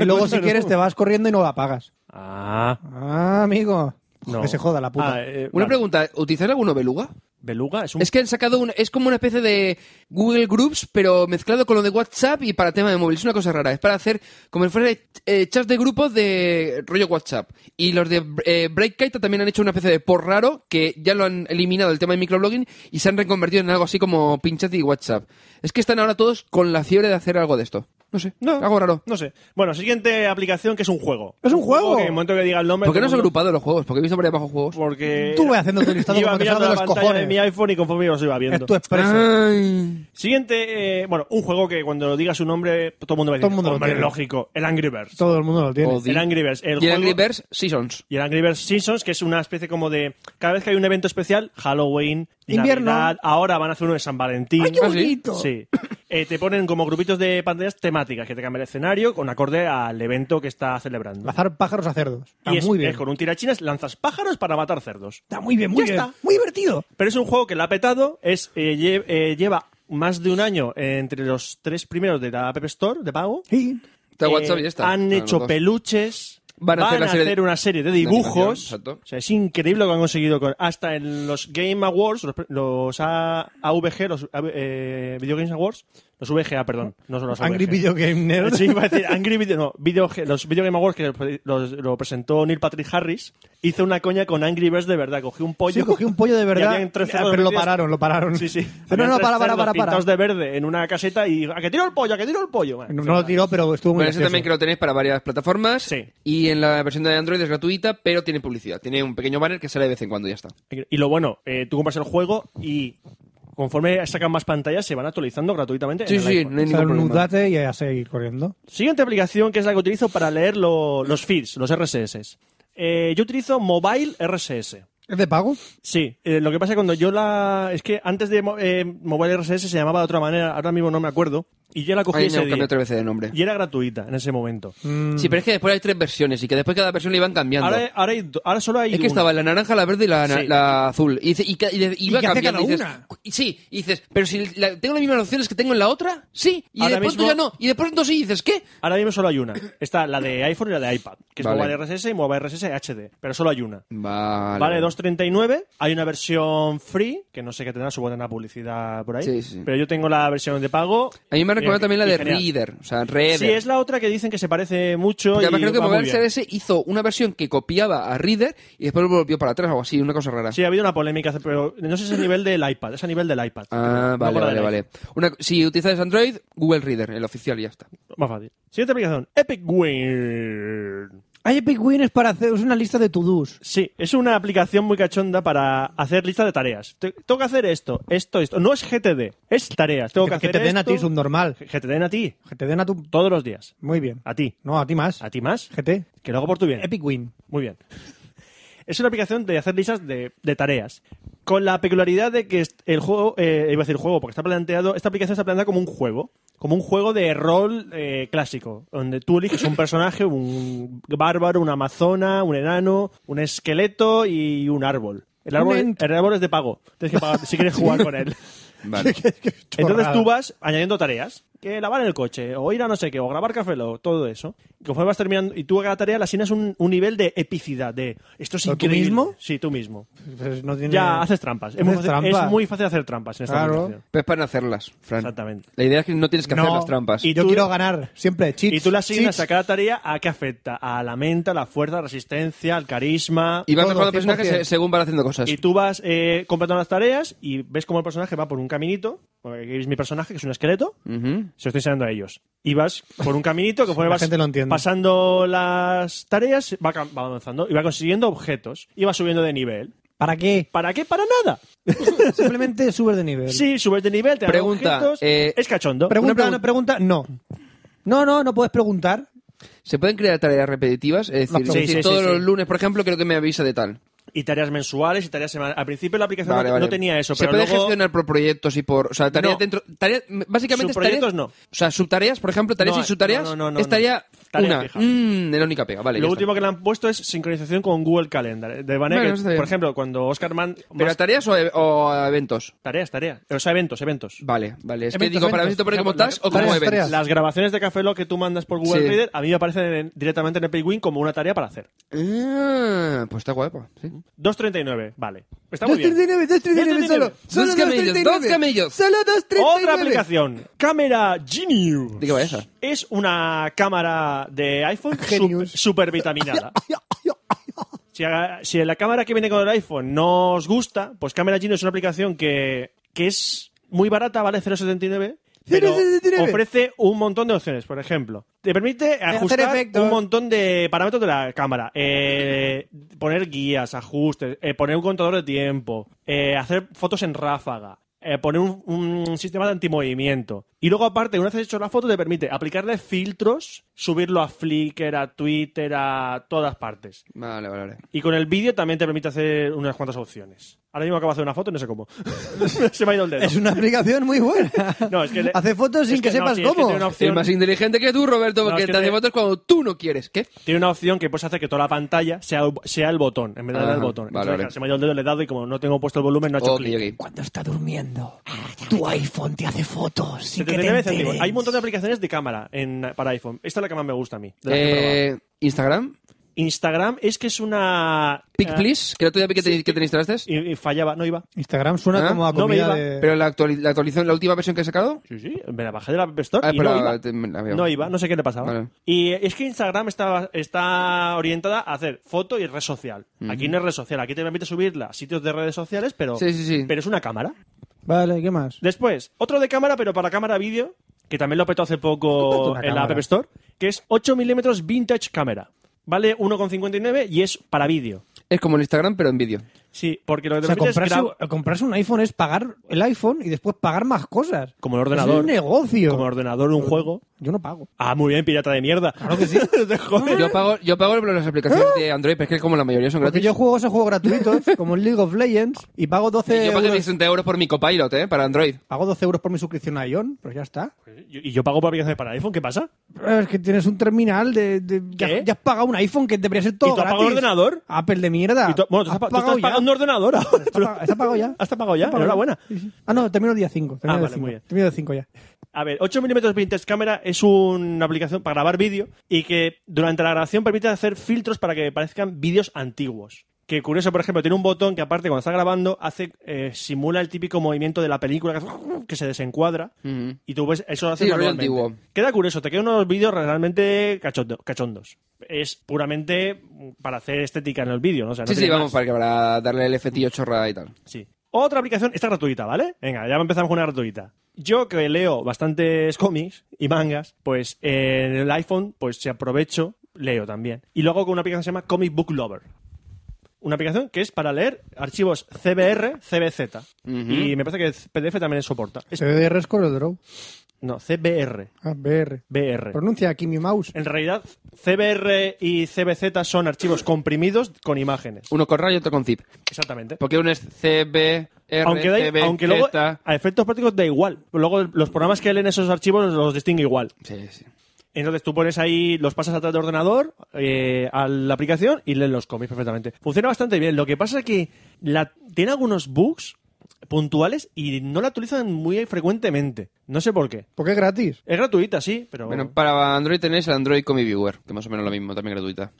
y luego si quieres te vas corriendo y no la pagas.
Ah,
Ah, amigo.
no.
Que se joda la puta.
Ah, eh,
Una
vale.
pregunta, ¿utilizar alguno beluga?
Beluga es un.
Es que han sacado un, es como una especie de Google Groups, pero mezclado con lo de WhatsApp y para tema de móvil. Es una cosa rara. Es para hacer como si fuera eh, chats de grupos de rollo WhatsApp. Y los de eh, Breakite también han hecho una especie de por raro que ya lo han eliminado el tema de microblogging y se han reconvertido en algo así como Pinchat y WhatsApp. Es que están ahora todos con la fiebre de hacer algo de esto. No sé,
No.
algo raro.
No sé. Bueno, siguiente aplicación que es un juego.
¡Es un juego!
que en el momento que diga el nombre.
¿Por qué no se
todo el mundo-
agrupado los juegos? Porque he visto por ahí abajo juegos.
Porque.
Tú ve haciendo tu
(laughs)
listado
iba
como te
mirando
salga
la
de los
pantalla
cojones.
de mi iPhone y conforme yo los iba
Es
viendo.
tu expreso.
Ah, Ay.
Siguiente, eh, bueno, un juego que cuando diga su nombre todo el mundo va a decir,
Todo el mundo lo
"Hombre,
tiene".
lógico, el Angry Birds.
Todo el mundo lo tiene.
Odio.
el Angry Birds, el
y el
juego-
Angry Birds Seasons.
Y el Angry Birds Simpsons, que es una especie como de. Cada vez que hay un evento especial, Halloween,
Invierno.
Navidad, ahora van a hacer uno de San Valentín.
¡Ay, qué
Ah, sí.
bonito!
Sí. Eh, te ponen como grupitos de pantallas temáticas que te cambian el escenario con acorde al evento que está celebrando.
Lazar pájaros a cerdos. Está
y es,
muy bien.
es con un tirachinas lanzas pájaros para matar cerdos.
Está muy bien, muy
Ya
bien.
está.
Muy divertido.
Pero es un juego que la ha petado, es, eh, lle- eh, lleva más de un año entre los tres primeros de la App Store de pago.
Sí.
Está
Eh,
WhatsApp y ya está.
Han
Ah,
hecho
los dos.
peluches.
Van a hacer la serie de-
una serie de
de animación,
dibujos.
exacto.
o sea, es increíble lo que han conseguido. Con, hasta en los Game Awards, los, pre- los A- AVG, los eh, Video Games Awards, los VGA, perdón. No son los
Angry
AVG.
Video Game Nerd.
Sí, iba a decir Angry Video, no, Video- los Video Game Awards que los- los- lo presentó Neil Patrick Harris, hizo una coña con Angry Birds de verdad. Cogió un pollo.
Sí, cogí un pollo de
y
verdad.
habían tres
Ah,
cerdos
pero lo
metidos-
pararon, lo pararon.
Sí, sí.
(laughs) No, no,
Habían
no,
tres
para, para,
cerdos
para. para.
pintados de verde en una caseta y a que tiro el pollo, a que tiro el pollo. Bueno,
(laughs) No, no lo tiró, pero estuvo muy
Bueno, ese
gracioso.
también que lo tenéis para varias plataformas.
Sí.
Y en la versión de Android es gratuita, pero tiene publicidad. Tiene un pequeño banner que sale de vez en cuando y ya está.
Y lo bueno, eh, tú compras el juego y conforme sacan más pantallas se van actualizando gratuitamente. en
Sí,
el
sí,
iPhone.
no hay
O sea,
ningún
un
problema.
date y a seguir corriendo.
Siguiente aplicación que es la que utilizo para leer lo- los feeds, los RSS. Eh, yo utilizo Mobile RSS.
¿Es de pago?
Sí, eh, lo que pasa cuando yo la... Es que antes de mo- eh, Mobile RSS se llamaba de otra manera, ahora mismo no me acuerdo, y yo la cogí
Ahí
ese
no,
día.
cambió otra vez de nombre.
Y era gratuita en ese momento.
Sí, pero es que después hay tres versiones y que después cada versión le iban cambiando.
Ahora, ahora, hay do- ahora solo hay
es que
una.
estaba la naranja, la verde y la, na-
Sí.
la azul. Y, dice- y, ca- y de- iba
qué hace
cambiando.
cada
y dices,
una?
cu- y sí, y dices, pero si la- tengo las mismas opciones que tengo en la otra, sí. Y
Ahora
de pronto
mismo-
ya no. Y de pronto sí, y dices, ¿qué?
Ahora mismo solo hay una. Está la de iPhone y la de iPad, que es
Vale.
Mobile RSS y Mobile RSS HD, pero solo hay una.
Vale.
Vale, 2.39. Hay una versión free, que no sé qué tendrá, supongo que tendrá publicidad por ahí.
Sí, sí.
Pero yo tengo la versión de pago.
A mí me ha recomendado
recomendado
también la de Reader. O sea, Reader.
Sí, es la otra que dicen que se parece mucho.
Porque además
y
creo que
va muy
Mobile
bien.
CRS hizo una versión que copiaba a Reader y después lo volvió para atrás o algo así, una cosa rara.
Sí, ha habido una polémica, hace- pero no sé si es a nivel del iPad, es a nivel del iPad.
Ah,
No
vale,
por la
vale,
del
vale.
iPhone.
Una- si utilizas Android, Google Reader, el oficial y ya está.
Más fácil. Siguiente aplicación, Epic Win.
Hay Epic Win es para hacer es una lista de to-dos.
Sí, es una aplicación muy cachonda para hacer lista de tareas. Te- Tengo que hacer esto, esto, esto. No es GTD, es tareas. Tengo que,
Que
hacer
te den a
esto.
ti subnormal.
Que te den a ti,
Que te den a tu...
todos los días.
Muy bien.
A ti.
No, a ti más.
¿A ti más?
GT.
Que lo hago por tu bien.
Epic Win.
Muy bien. (laughs) Es una aplicación de hacer listas de, de tareas. Con la peculiaridad de que est- el juego, eh, iba a decir juego, porque está planteado, esta aplicación está planteada como un juego, como un juego de rol eh, clásico, donde tú eliges un personaje, un bárbaro, una amazona, un enano, un esqueleto y un árbol. El árbol,
Ment.
el árbol es de pago, tienes que pagar si quieres jugar con él. (laughs)
Vale.
Entonces
Chorrada.
tú vas añadiendo tareas, que lavar el coche, o ir a no sé qué, o grabar café, lo- todo eso. Y conforme vas terminando, y tú a cada tarea le asignas un, un nivel de epicidad, de esto es
¿Pero tú
increíble.
mismo?
Sí, tú mismo.
Pues no tiene-
Ya haces trampas. Es, muy
¿Haces
fácil,
trampas?
es muy fácil hacer trampas en esta
Claro.
aplicación.
Pues para no hacerlas, Fran.
Exactamente.
La idea es que no tienes que hacer
No.
las trampas.
Y
Yo
tú-
quiero ganar. Siempre. Cheats.
Y tú le asignas
cheats.
a cada tarea a qué afecta. A la menta, la fuerza, la resistencia, al carisma.
Y va
todo,
mejorando personajes
100%.
se- según van haciendo cosas.
Y tú vas eh, completando las tareas y ves cómo el personaje va por un caminito. Porque aquí veis mi personaje, que es un esqueleto.
Ujú.
Se lo estoy enseñando a ellos. Y vas por un caminito que
La
vas
gente lo entiende.
pasando las tareas, va, cam- va avanzando y va consiguiendo objetos y va subiendo de nivel. (laughs)
¿Para qué?
¿Para qué? Para nada.
Simplemente subes de nivel.
Sí, subes de nivel, te dan
Pregunta,
objetos.
eh,
es cachondo.
Pregunta,
Una
no pregunta. No. No, no, no puedes preguntar.
¿Se pueden crear tareas repetitivas? Es decir,
preguntas.
es decir,
Sí, sí,
todos
sí,
los
sí.
lunes, por ejemplo, creo que me avisa de tal.
Y tareas mensuales y tareas semanales. Al principio la aplicación
Vale,
no,
vale.
no tenía eso,
Se
pero
puede
luego
gestionar por proyectos y por. O sea, tareas
No.
dentro. tareas- básicamente es tareas.
Subproyectos no.
O sea, subtareas, por ejemplo, tareas
No,
y subtareas.
no, no, no,
es
no.
tarea,
Tarea
una.
fija.
Mm, es la única pega, vale.
lo
ya
último que le han puesto es sincronización con Google Calendar. De manera
Bueno,
que,
eso está bien.
por ejemplo, cuando Oscar Man...
está. ¿Pero a
más-
tareas o, e- o a eventos?
tareas, tareas. eh, O sea, eventos, eventos.
Vale, vale. Es que
Eventos,
digo, para ver si
eventos.
te pone como task o como
Tareas,
eventos.
tareas.
Las grabaciones de Café Lock que tú mandas por Google
Sí.
Reader a mí me aparecen en- directamente en Epic Win como una tarea para hacer.
Ah, pues está guapo. Sí.
2.39, vale. Está muy
Dos
bien.
39, dos 39, solo.
239.
Solo
Dos
dos
camellos,
39.
dos camellos.
Solo dos 39.
Otra aplicación, Cámara Genius.
¿De qué va esa?
Es una cámara de iPhone
Genius.
super
(laughs)
vitaminada. si, haga- si la cámara que viene con el iPhone no os gusta, pues Cámara Genius es una aplicación que, que es muy barata, vale 0,79. Pero
0,79.
ofrece un montón de opciones, por ejemplo. Te permite ajustar
efectos.
un montón de parámetros de la cámara. Eh, poner guías, ajustes, eh, poner un contador de tiempo, eh, hacer fotos en ráfaga, eh, poner un, un sistema de antimovimiento. Y luego, aparte, una vez hecho la foto, te permite aplicarle filtros, subirlo a Flickr, a Twitter, a todas partes.
Vale, vale, vale.
Y con el vídeo también te permite hacer unas cuantas opciones. Ahora mismo acabo de hacer una foto y no sé cómo. (laughs) Se me ha ido el dedo.
Es una aplicación muy
(laughs)
buena.
No, es que le-
Hace fotos sin
es
que,
no,
sepas
sí, es que
cómo.
tiene, una
El
opción,
más inteligente que tú, Roberto,
No,
porque
es que
te hace
te-
fotos cuando tú no quieres. ¿Qué?
tiene una opción que puedes hacer que toda la pantalla sea, sea el botón, en vez de dar el
Ajá,
botón.
vale,
Entonces,
vale.
Se me ha ido el dedo, le he dado y como no tengo puesto el volumen, no ha hecho
Ok,
clic.
ok.
Cuando está durmiendo, tu iPhone te hace fotos sin que te
79 céntimos.
enteres.
Hay un montón de aplicaciones de cámara en, para iPhone. Esta es la que más me gusta a mí. de las que he probado.
Eh, Instagram,
Instagram es que es una...
Pic
ah,
Please, que el otro día vi que, te, que te instalaste.
y, y fallaba, no iba.
Instagram suena
Ah,
como a
no me
comida
iba,
de...
Pero la, actuali- la actualización, la última versión que he sacado.
Sí, sí. Me la bajé de la App Store
Ah,
y
pero
no iba.
te- me la veo.
No iba, no sé qué le pasaba.
Vale.
Y es que Instagram está, está orientada a hacer foto y red social. Aquí no es red social, aquí te permite subirla a sitios de redes sociales, pero,
Sí, sí, sí.
pero es una cámara.
Vale, ¿qué más?
Después, otro de cámara, pero para cámara vídeo, que también lo petó hace
¿Cómo
poco
una
en la
cámara?
App Store, que es 8 milímetros vintage cámara. Vale 1,59 y es para vídeo.
Es como el Instagram, pero en vídeo.
Sí, porque lo que
O
te
sea,
permite es
comprarse,
gra-
comprarse un iPhone es pagar el iPhone y después pagar más cosas.
como el
Es
ordenador.
un negocio.
Como el ordenador, un juego.
Yo no pago.
Ah, muy bien, pirata de mierda. Claro que (laughs) sí. ¿Eh?
Yo pago, yo pago las aplicaciones de Android, pero es que como la mayoría son
Porque
gratis.
yo juego esos juegos
(laughs)
gratuitos, como el League of Legends, y pago 12,
Y yo pagué
euros,
60 euros por mi copilot, ¿eh? Para Android.
pago 12 euros por mi suscripción a Ion, pero ya está.
¿Y yo pago por aplicaciones para iPhone? ¿Qué pasa?
Pero Es que tienes un terminal de... de-
¿Qué?
Ya, ya has pagado un iPhone que debería ser todo
¿Y tú has
gratis.
pagado el ordenador?
Apple de mierda.
Y tú- bueno, tú,
Ah, Has
has, pa- tú estás
ya.
pagando un ordenador ahora.
Está pa- está pagado ya.
Has pagado ya,
Está pagado
enhorabuena.
Sí, sí. Ah, no, termino el día 5.
Ah,
Termino
vale,
el día 5.
muy bien.
Termino el día 5 ya.
A ver, 8 mm vintage cámara es una aplicación para grabar vídeo y que durante la grabación permite hacer filtros para que parezcan vídeos antiguos. Que curioso, por ejemplo, tiene un botón que aparte cuando está grabando hace eh, simula el típico movimiento de la película que, hace que se desencuadra
Ujú.
y tú ves eso lo hace
Sí, rollo
manualmente.
antiguo.
Queda curioso, te quedan unos vídeos realmente cachondo- cachondos. Es puramente para hacer estética en el vídeo, ¿no? O sea, no
Sí, sí,
tiene
vamos,
más.
para, que- para darle el efectillo chorra y tal.
Sí. Otra aplicación, está gratuita, ¿vale? Venga, ya empezamos con una gratuita. Yo que leo bastantes cómics y mangas, pues en el iPhone, pues si aprovecho, leo también. Y lo hago con una aplicación que se llama Comic Book Lover. Una aplicación que es para leer archivos CBR, CBZ. Y me parece que PDF también soporta. Es-
CDR es CorelDRAW.
no, CBR,
Ah, BR.
BR.
Pronuncia aquí mi mouse.
En realidad, CBR y CBZ son archivos comprimidos con imágenes.
Uno con RAW y otro con zip.
Exactamente.
Porque uno es CB, R,
aunque, da-
CB,
aunque luego
Z.
a efectos prácticos da igual. Luego los programas que leen esos archivos los distingue igual.
Sí, sí.
Entonces tú pones ahí, los pasas atrás del ordenador eh, a la aplicación y leen los cómics perfectamente. Funciona bastante bien. Lo que pasa es que la, tiene algunos bugs puntuales y no la utilizan muy frecuentemente. No sé por qué.
Porque es gratis.
Es gratuita, sí, pero...
Bueno, para Android tenéis el Android Comic Viewer, que más o menos lo mismo, también gratuita.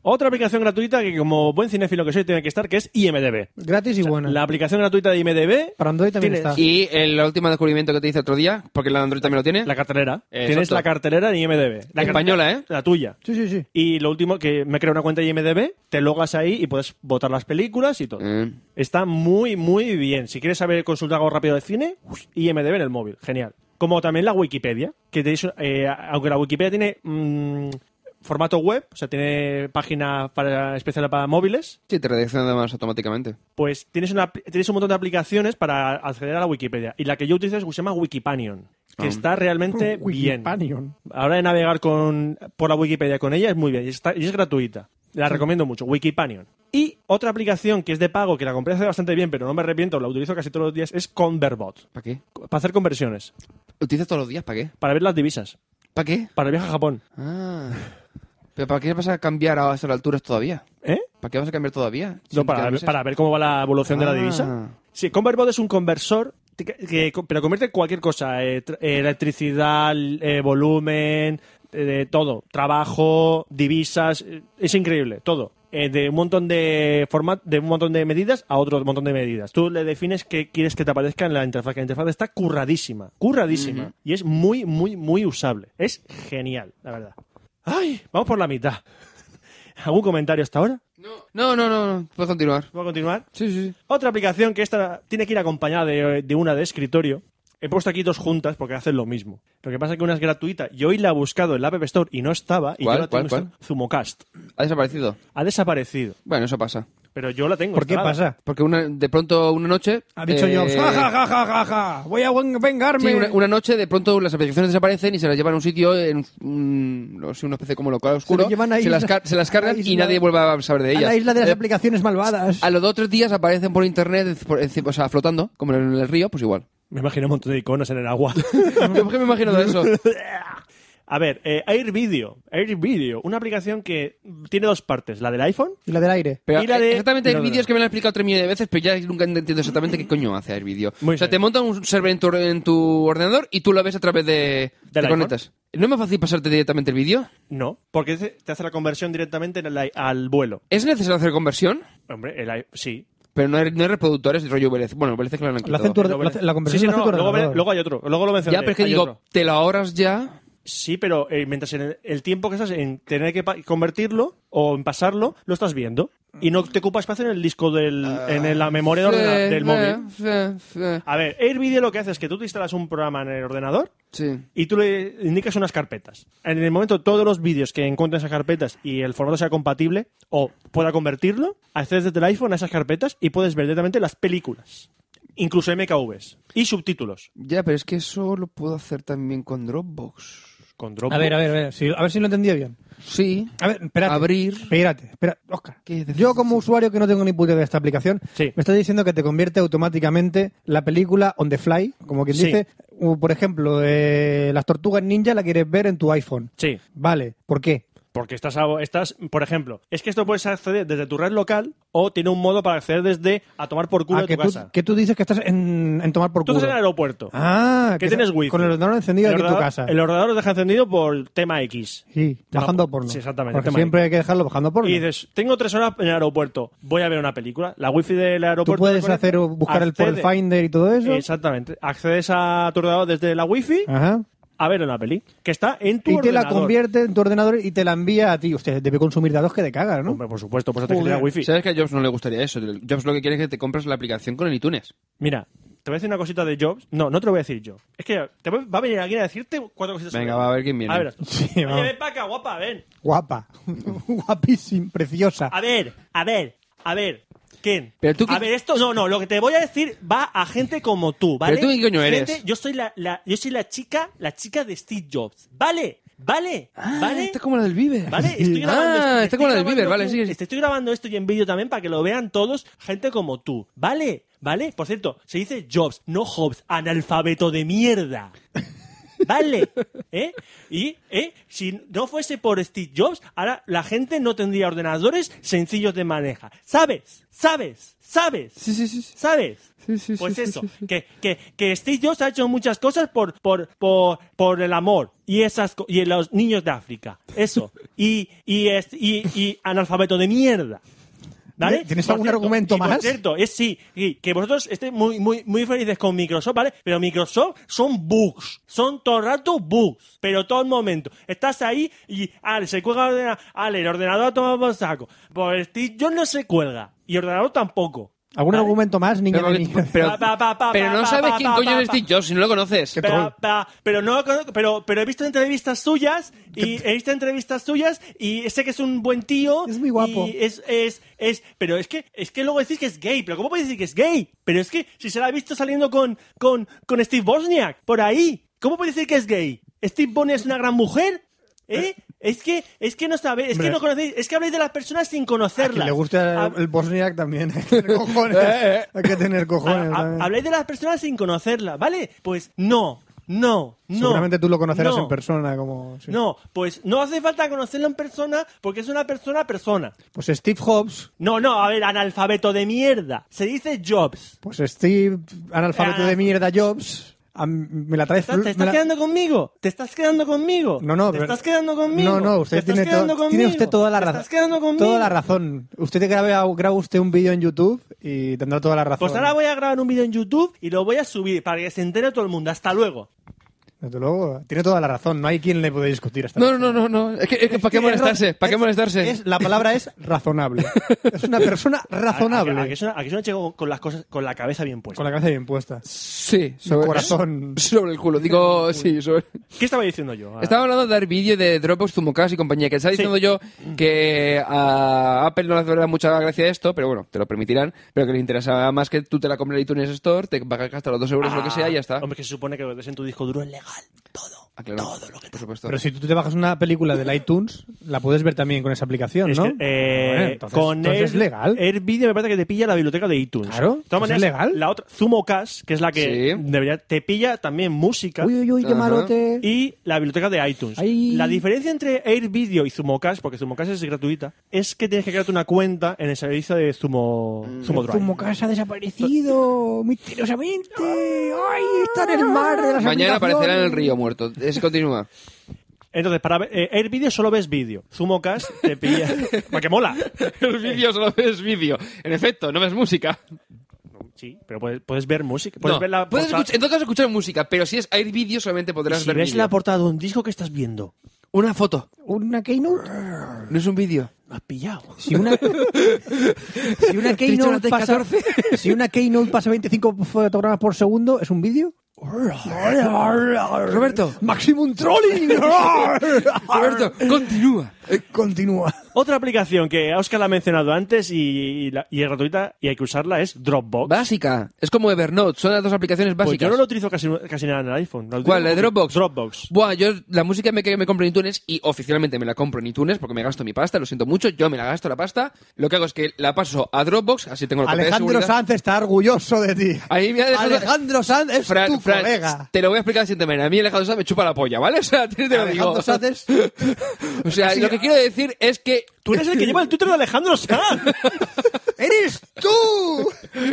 Otra aplicación gratuita que como buen cinéfilo que soy tiene que estar, que es IMDB.
Gratis y buena.
La aplicación gratuita de IMDB...
Para Android también
tienes-
está.
Y el último descubrimiento que te hice otro día, porque el Android también lo tiene.
La cartelera.
Eh, Exacto.
Tienes la cartelera en IMDB. La
Española,
carte-
¿eh?
La tuya.
Sí, sí, sí.
Y lo último, que me creo una cuenta de IMDB, te logas ahí y puedes votar las películas y todo.
Eh,
Está muy, muy bien. Si quieres saber consultar algo rápido de cine, IMDB en el móvil. Genial. Como también la Wikipedia, que tenéis, eh, aunque la Wikipedia tiene mm, formato web, o sea, tiene página para, especial para móviles,
sí, te redirecciona más automáticamente.
pues tienes, una, tienes un montón de aplicaciones para acceder a la Wikipedia. Y la que yo utilizo es que se llama Wikipanion, que está realmente bien.
(laughs) Wikipanion.
A la hora de navegar con, por la Wikipedia con ella es muy bien y, está- y es gratuita. La recomiendo mucho, Wikipanion. Y otra aplicación que es de pago, que la compré hace bastante bien, pero no me arrepiento, la utilizo casi todos los días, es Converbot.
¿Para qué?
Para hacer conversiones,
¿Utilizas todos los días? ¿Para qué?
para ver las divisas,
¿Para qué?
para el viaje a Japón.
Ah. ¿Pero para qué vas a cambiar a esas alturas todavía?
¿Eh?
¿Para qué vas a cambiar todavía?
No,
Si
para,
quedan
ver-
meses.
para ver cómo va la evolución de
Ah.
la divisa. Sí, Converbot es un conversor que, que- pero convierte cualquier cosa, eh, tr- eh, electricidad, eh, volumen, eh, de todo, trabajo, divisas, eh, es increíble, todo. Eh, de un montón de forma- de un montón de medidas a otro montón de medidas. Tú le defines qué quieres que te aparezca en la interfaz, que la interfaz está curradísima, curradísima y es muy muy muy usable. Es genial, la verdad. Ay, vamos por la mitad. (laughs) ¿Algún comentario hasta ahora?
No, no, no, no. Puedes continuar.
¿Puedo continuar?
Sí, sí, sí.
Otra aplicación que esta tiene que ir acompañada de, de una de escritorio. He puesto aquí dos juntas porque hacen lo mismo. Lo que pasa es que una es gratuita y hoy la he buscado en la App Store y no estaba. Y
¿Cuál,
yo la
cuál,
tengo instalada. Zumocast.
Ha desaparecido.
Ha desaparecido.
Bueno, eso pasa.
Pero yo la tengo.
¿Por qué
instalada.
pasa?
Porque una, de pronto una noche...
Ha dicho
eh,
yo, ja, ja, ja, ja, ja, ja, voy a ven- vengarme.
Sí, una, una noche de pronto las aplicaciones desaparecen y se las llevan a un sitio, en un, no sé, una especie como local oscuro,
lo llevan a
las,
isla-
car- se las cargan
a
y
isla-
nadie vuelve a saber de
a
ellas.
la isla de las
Eh,
aplicaciones malvadas.
a los dos o tres días aparecen por internet, por encima- o sea, flotando, como en el río, pues
(laughs)
igual.
Me imagino un montón de iconos en el agua.
Yo, ¿Por qué me imagino de eso?
A ver, eh, Air Video. Air Video, una aplicación que tiene dos partes, la del iPhone.
Y la del aire.
Pero eh,
Y la de-
exactamente
no,
hay
no, no.
vídeos que me lo han explicado tres millones de veces, pero ya nunca entiendo exactamente qué coño hace el vídeo.
Muy
O sea,
bien.
te montan un server en tu, en tu ordenador y tú lo ves a través de...
¿Del
te
iPhone?
conectas. ¿No es más fácil pasarte directamente el vídeo?
No, porque te te hace la conversión directamente en el i- al vuelo.
¿Es necesario hacer conversión?
Hombre, el i- sí.
Pero no hay, no hay reproductores, rollo VLC. Bueno, VLC que lo han
Lo
quitado.
hace en tu orde-
Luego
lo hace-
ven-
la
Sí,
conversión
sí,
la hace
no,
tu
luego, ven-
ordenador.
luego hay otro. Luego lo mencioné.
Ya, pero es que
hay
digo,
otro.
te lo ahorras ya.
Sí, pero eh, mientras en el, el tiempo que estás en tener que pa- convertirlo o en pasarlo, lo estás viendo. Y no te ocupa espacio en el disco del. en el- la memoria del, ordena- del móvil. A ver, AirVideo lo que hace es que tú te instalas un programa en el ordenador
Sí.
y tú le indicas unas carpetas. En el momento, todos los vídeos que encuentres esas carpetas y el formato sea compatible o pueda convertirlo, accedes desde el iPhone a esas carpetas y puedes ver directamente las películas. Incluso MKVs. Y subtítulos.
Ya, pero es que eso lo puedo hacer también con Dropbox.
Con Dropbox.
A ver, a ver, a ver, si, a ver si lo entendía bien.
Sí.
Ah,
A ver, espérate.
Abrir.
Espérate, espérate. Oscar.
¿Qué dices?
Yo, como usuario que no tengo ni puta idea de esta aplicación,
Sí.
me estás diciendo que te convierte automáticamente la película on the fly, como quien
Sí.
dice. O, Por ejemplo, eh, Las Tortugas Ninja la quieres ver en tu iPhone.
Sí.
Vale, ¿por qué?
Porque estás, a- estás, por ejemplo, es que esto puedes acceder desde tu red local o tiene un modo para acceder desde a tomar por culo
Ah,
de
que,
tu
tú,
casa.
que tú dices que estás en, en tomar por
Tú
culo.
estás en el aeropuerto.
Ah,
que tienes
estás-
wifi.
Con el ordenador encendido
El
aquí en tu
ordenador-
casa.
El ordenador lo deja encendido por tema X.
Sí,
Tema
bajando
por-
porno.
Sí, exactamente.
Porque
tema
siempre hay que dejarlo bajando porno.
Y dices, tengo tres horas en el aeropuerto, voy a ver una película. La wifi del
tú
aeropuerto.
puedes
te
hacer
conecta,
buscar el, por el
accede-
Finder y todo eso.
Exactamente. Accedes a tu ordenador desde la wifi
Ajá.
a ver una peli que está en tu
Y te
ordenador.
la convierte en tu ordenador y te la envía a ti. Usted debe consumir datos que te cagas, ¿no?
Hombre, por supuesto, por eso te quita la
Joder.
wifi.
¿Sabes que a Jobs no le gustaría eso? Jobs lo que quiere es que te compres la aplicación con el iTunes.
Mira, te voy a decir una cosita de Jobs. No, no te lo voy a decir yo. Es que te va va a venir alguien a decirte cuatro cositas.
Venga,
sobre
va a
él.
ver quién viene.
A ver,
Sí,
Oye,
vamos.
ven para acá, guapa, ven.
Guapa. (laughs) Guapísima, preciosa.
A ver, a ver, a ver. ¿Quién?
Pero tú qué-
A ver, esto no, no, lo que te voy a decir va a gente como tú, ¿vale?
Pero tú qué coño
Gente-
eres.
Yo soy la, la- yo soy la chica, la chica de Steve Jobs, ¿vale? ¿Vale? ¿Vale?
Está Ah, como la del Bieber.
¿Vale? Estoy grabando
ah,
esto-
está como la del
estoy
Bieber,
grabando
vale,
un-
sí. sí.
este, Estoy grabando esto y en vídeo también para que lo vean todos, gente como tú. ¿Vale? ¿Vale? Por cierto, se dice Jobs, no Hobbs, analfabeto de mierda. ¿Vale? ¿Eh? Y, ¿eh? Si no fuese por Steve Jobs, ahora la gente no tendría ordenadores sencillos de maneja. ¿Sabes? ¿Sabes? ¿Sabes?
Sí, sí, sí. sí.
¿Sabes?
Sí, sí,
pues
sí, sí,
eso,
sí, sí.
Que, que, que Steve Jobs ha hecho muchas cosas por, por, por, por el amor y esas co- y los niños de África.
(laughs)
Eso. Y, y, es- y, y analfabeto de mierda. ¿Vale?
¿Tienes
Por
algún argumento
y por
más?
cierto, es sí, y que vosotros estéis muy, muy, muy felices con Microsoft, ¿vale? Pero Microsoft son bugs, son todo el rato bugs, pero todo el momento. Estás ahí y al se cuelga el ordenador, ale, el ordenador ha tomado por saco. Pues Steve Jobs no se cuelga y el ordenador tampoco.
¿Algún
¿Vale?
argumento más, niña?
Pero,
de niña? (laughs)
pero-
Pa, pa, pa, pa,
pero no
pa,
sabes
pa,
quién
pa,
coño
pa,
es
pa.
Steve Jobs si no lo conoces.
pero, pa- pero no pero pero he visto entrevistas suyas y he visto entrevistas suyas y sé que es un buen tío
Es muy guapo.
y es es es pero es que es que luego decís que es gay pero cómo puedes decir que es gay pero es que si se la ha visto saliendo con con con Steve Bosniak por ahí cómo puedes decir que es gay Steve Bosniak es una gran mujer ¿Eh? Es que, es que no sabéis, es que
Hombre.
no conocéis, es que habláis de las personas sin
A quien
conocerlas.
le gusta
Hab-
el, el Bosniak también. Hay
(laughs)
que tener (laughs) cojones.
Eh,
Hay que
Ah,
tener cojones.
Ha- ha-
¿sabes?
habláis de las personas sin conocerlas, ¿vale? Pues no, no, no.
Seguramente tú lo conocerás
no,
en persona. como sí.
No, pues no hace falta conocerlo en persona porque es una persona a persona.
Pues Steve Jobs,
No, no, a ver, analfabeto de mierda. Se dice Jobs.
pues Steve, analfabeto
Ah.
de mierda Jobs, a- me la trae...
¿Te estás,
flu-
te
me
estás
la-
quedando conmigo? ¿Te estás quedando conmigo?
No, no,
¿Te
pero-
estás quedando conmigo?
No, no, usted
¿Te estás
tiene,
quedando
to- tiene
conmigo?
usted toda la
¿Te
razón.
estás quedando conmigo?
Toda la razón. Usted te graba, graba usted un vídeo en YouTube y tendrá toda la razón.
Pues ahora voy a grabar un vídeo en YouTube y lo voy a subir para que se entere todo el mundo. Hasta luego.
Desde luego, tiene toda la razón. No hay quien le pueda discutir hasta
No, no, no, no. Es que, es que ¿para qué molestarse? ¿Para qué molestarse?
la palabra es razonable. Es una persona
A, a- a
(laughs) razonable.
que es una- a que es una chica con- con las cosas con la cabeza bien puesta.
Con la cabeza bien puesta.
Sí,
Su
sobre
corazón.
Sobre el culo. Digo, sí, sobre...
¿Qué estaba diciendo yo? Ah,
Estaba hablando de dar vídeo de Dropbox, Zumucast y compañía, que estaba diciendo yo que a Apple no le hace verdad mucha gracia esto, pero bueno, te lo permitirán, pero que le interesa más que tú te la compres en iTunes Store, te pagas hasta los 2 euros o lo que sea y ya está.
Ah, Hombre, que se supone que lo que des en tu disco duro es legal. Todo.
Ah, claro, por supuesto.
Pero si tú te bajas una película del iTunes, la puedes ver también con esa aplicación,
Es
¿no?
que, eh,
Bueno, entonces-
con
entonces
el, eh,
es legal.
me parece que te pilla la biblioteca de iTunes.
Claro,
De todas
pues es
maneras,
legal.
La otra, Zumocast, que es la que
Sí.
debería, te pilla también música.
Uy, uy, uy, qué
Ajá.
malote.
y la biblioteca de iTunes.
Ay.
La diferencia entre Air Video y Zumocast, porque Zumocast es gratuita, es que tienes que crearte una cuenta en el servicio de Zumo, Zumo Drive.
Como casa ha desaparecido misteriosamente. ¡Ay, está en el mar de las
Mañana aparecerá en el
aplicaciones!
río muerto. Es, continúa.
Entonces, para ver- eh, Air Video solo ves vídeo. Zumocast te pilla. porque mola.
(laughs) el vídeo solo ves vídeo. En efecto, no ves música.
Sí, pero puedes, puedes ver música. Puedes
No,
ver la portada-
escuchar- en todo caso, escuchar música, pero si es air vídeo solamente podrás
Si
ver
ves
vídeo.
la portada de un disco que estás viendo,
Una foto,
Una Keynote.
no es un vídeo.
lo has pillado.
Si una, si
(laughs)
una Keynote
Tristona
pasa,
(laughs)
14.
si una Keynote pasa 25 fotogramas por segundo, ¿es un vídeo?
Roberto.
Maximum Trolling.
(laughs) Roberto, continúa.
Eh, Continúa.
Otra aplicación que Oscar la ha mencionado antes y, y la- y es gratuita y hay que usarla es Dropbox.
Básica. Es como Evernote. Son las dos aplicaciones
Pues
básicas.
yo no lo utilizo casi, casi nada en el iPhone. La
¿Cuál? ¿La de
utilizo-
Dropbox?
Dropbox.
Buah, yo la música me, que me compro en iTunes y oficialmente me la compro en iTunes porque me gasto mi pasta, lo siento mucho, yo me la gasto la pasta. Lo que hago es que la paso a Dropbox, así tengo la copia de
Alejandro
seguridad.
Sanz está orgulloso de ti.
Ahí me ha dejado-
Alejandro Sanz es
Fran-
tu
Fran,
colega.
Te lo voy a explicar de la siguiente manera. A mí Alejandro Sanz me chupa la polla, ¿vale? (laughs) O sea, te lo digo.
Alejandro Sanz
(laughs)
es...
O sea, lo que quiero decir es que...
Tú eres el que lleva el Twitter de Alejandro Sanz.
¡Eres
(laughs)
tú!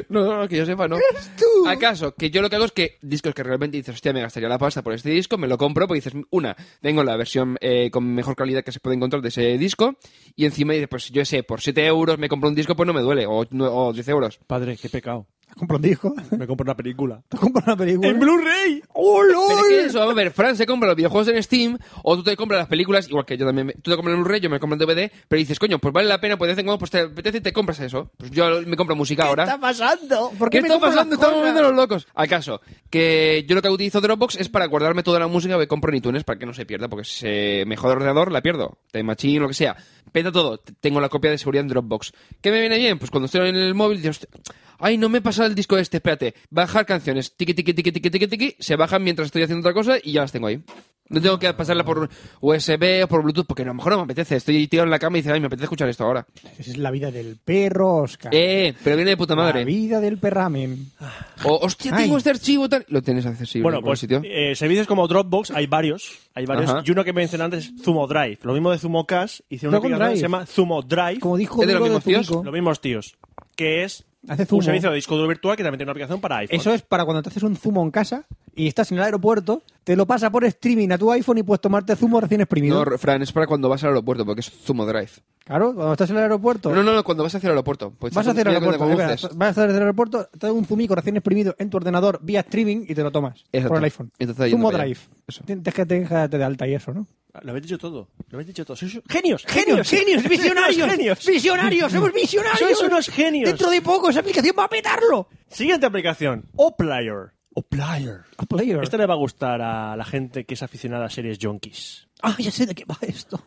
No, no, no, que yo sepa, no.
tú.
¿Acaso? Que yo lo que hago es que discos que realmente dices, hostia, me gastaría la pasta por este disco, me lo compro, porque dices, una, tengo la versión eh, con mejor calidad que se puede encontrar de ese disco, y encima dices, pues yo sé, por 7 euros me compro un disco, pues no me duele, o, nue- o 10 euros.
Padre, qué pecado.
¿Te compro un disco?
Me compro una película.
¿Te compro una película?
(laughs)
¡Oh,
¡En Blu-ray!
Pero es que eso, vamos a ver, Fran se compra los videojuegos en Steam, o tú te compras las películas, igual que yo también, me- tú te compras el Blu-ray, yo me compro el DVD, pero dices, coño, pues vale la pena, pues de vez en cuando pues te apetece y te compras eso. Pues yo me compro música ahora.
pasando? ¿Por
¿Qué
me
está
compras
pasando?
las
Estamos
cosas?
viendo los locos. Al caso, que yo lo que utilizo Dropbox es para guardarme toda la música que compro en iTunes para que no se pierda, porque si se me jode el ordenador, la pierdo. Time Machine, lo que sea. Peta todo. T- Tengo la copia de seguridad en Dropbox. ¿Qué me viene bien? Pues cuando estoy en el móvil, digo, "Hostia, ay, no me he pasado el disco este, espérate. Bajar canciones. Tiki, tiki, tiki, tiki, tiki, tiki. Se bajan mientras estoy haciendo otra cosa y ya las tengo ahí. No tengo que pasarla por USB o por Bluetooth, porque a lo mejor no me apetece. Estoy tirado en la cama y dice, ay, me apetece escuchar esto ahora.
Es la vida del perro, Oscar.
Eh, pero viene de puta madre. Ah.
La vida del perramen.
O, hostia, tengo
Ay.
este archivo tal. Lo tienes accesible
Bueno,
en algún
pues
sitio.
eh, servicios como Dropbox hay varios. Hay varios.
Ajá.
Y uno que mencioné antes es Zumo Drive. Lo mismo de Zumo Cash. Hice una
Dragon
aplicación que
Drive.
se llama Zumo Drive.
Como dijo
¿Es de los
Diego de
mismos tíos?
Zubico,
Los mismos tíos. Que es
Hace zumo.
un servicio de disco duro virtual que también tiene una aplicación para iPhone.
Eso es para cuando te haces un zumo en casa y estás en el aeropuerto, te lo pasa por streaming a tu iPhone y puedes tomarte zumo recién exprimido.
No, Fran, es para cuando vas al aeropuerto, porque es Zumo Drive.
Claro, cuando estás en el aeropuerto,
No, no, no, cuando vas hacia el aeropuerto. Pues
Pues- vas a hacer el
mira cuando
aeropuerto, espera,
conduces.
vas a hacer el aeropuerto, te da un zumico recién exprimido en tu ordenador vía streaming y te lo tomas
Exacto.
por el iPhone.
Entonces, ahí
zumo
yendo para allá.
Drive.
Eso.
Tienes que dejarte de alta y eso, ¿no?
Lo habéis dicho todo. Lo habéis dicho todo. Sois genios.
Genios, genios, visionarios,
genios.
visionarios, somos visionarios.
Sois unos genios.
Dentro de poco esa aplicación va a petarlo.
Siguiente aplicación. Oplayer. Oplayer.
A player.
Esta le va a gustar a la gente que es aficionada a series junkies.
Ah, ya sé de qué va esto.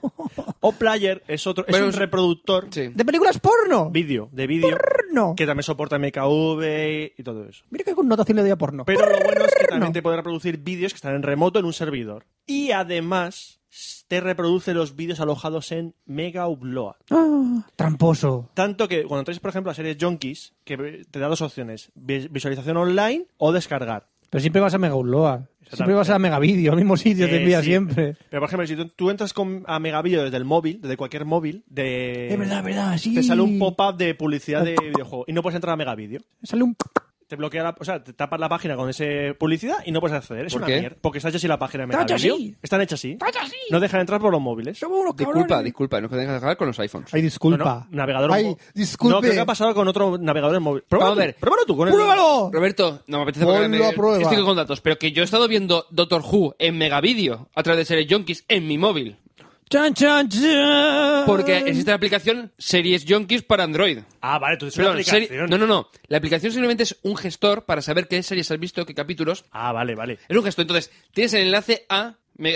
Oplayer es otro, es
Pero
un
es-
reproductor
Sí.
¿De películas porno?
vídeo, de vídeo,
Porno.
que también soporta MKV y todo eso.
Mira qué connotación le doy a porno.
Pero lo bueno es que también te puede reproducir vídeos que están en remoto en un servidor. Y además te reproduce los vídeos alojados en Mega Upload.
Ah,
Tramposo.
Tanto que cuando entráis, por ejemplo, a series junkies, que te da dos opciones, vi- visualización online o descargar.
Pero siempre vas a Mega Upload. Siempre vas a Mega Video, al mismo sitio te
Eh,
envía
sí.
siempre.
Pero, por ejemplo, si tú, tú entras con, a Megavideo desde el móvil, desde cualquier móvil, de,
es verdad, es verdad, sí.
te sale un pop-up de publicidad de videojuego y no puedes entrar a Megavideo.
Sale un
te bloquea la, o sea, te tapas la página con ese publicidad y no puedes acceder. Es
¿Por
una
qué?
mierda. Porque está hecha así la página de
Está hecha
MetaVideo.
así.
Están hechas así.
Está hecha así.
No dejan entrar por los móviles.
Somos unos cabrones.
Disculpa, disculpa, no es que tengas que dejar con los iPhones.
¿eh? Ay, disculpa.
No, no, navegador.
Ay,
mo-
disculpe.
No, creo que ha pasado con otro navegador en móvil. Pruébalo
Vamos a
tú,
ver.
Pruébalo tú con el-
¡Pruébalo!
Roberto, no me apetece
Ponlo
porque me-
a prueba.
Estoy con datos, pero que yo he estado viendo Doctor Who en Megavideo a través de Series Junkies en mi móvil.
Chan, chan, chan.
Porque existe la aplicación Series Junkies para Android.
Ah, vale, tú es una
Perdón,
aplicación.
serie- No, no, no. La aplicación simplemente es un gestor para saber qué series has visto, qué capítulos.
Ah, vale, vale.
Es un gestor. Entonces, tienes el enlace a me-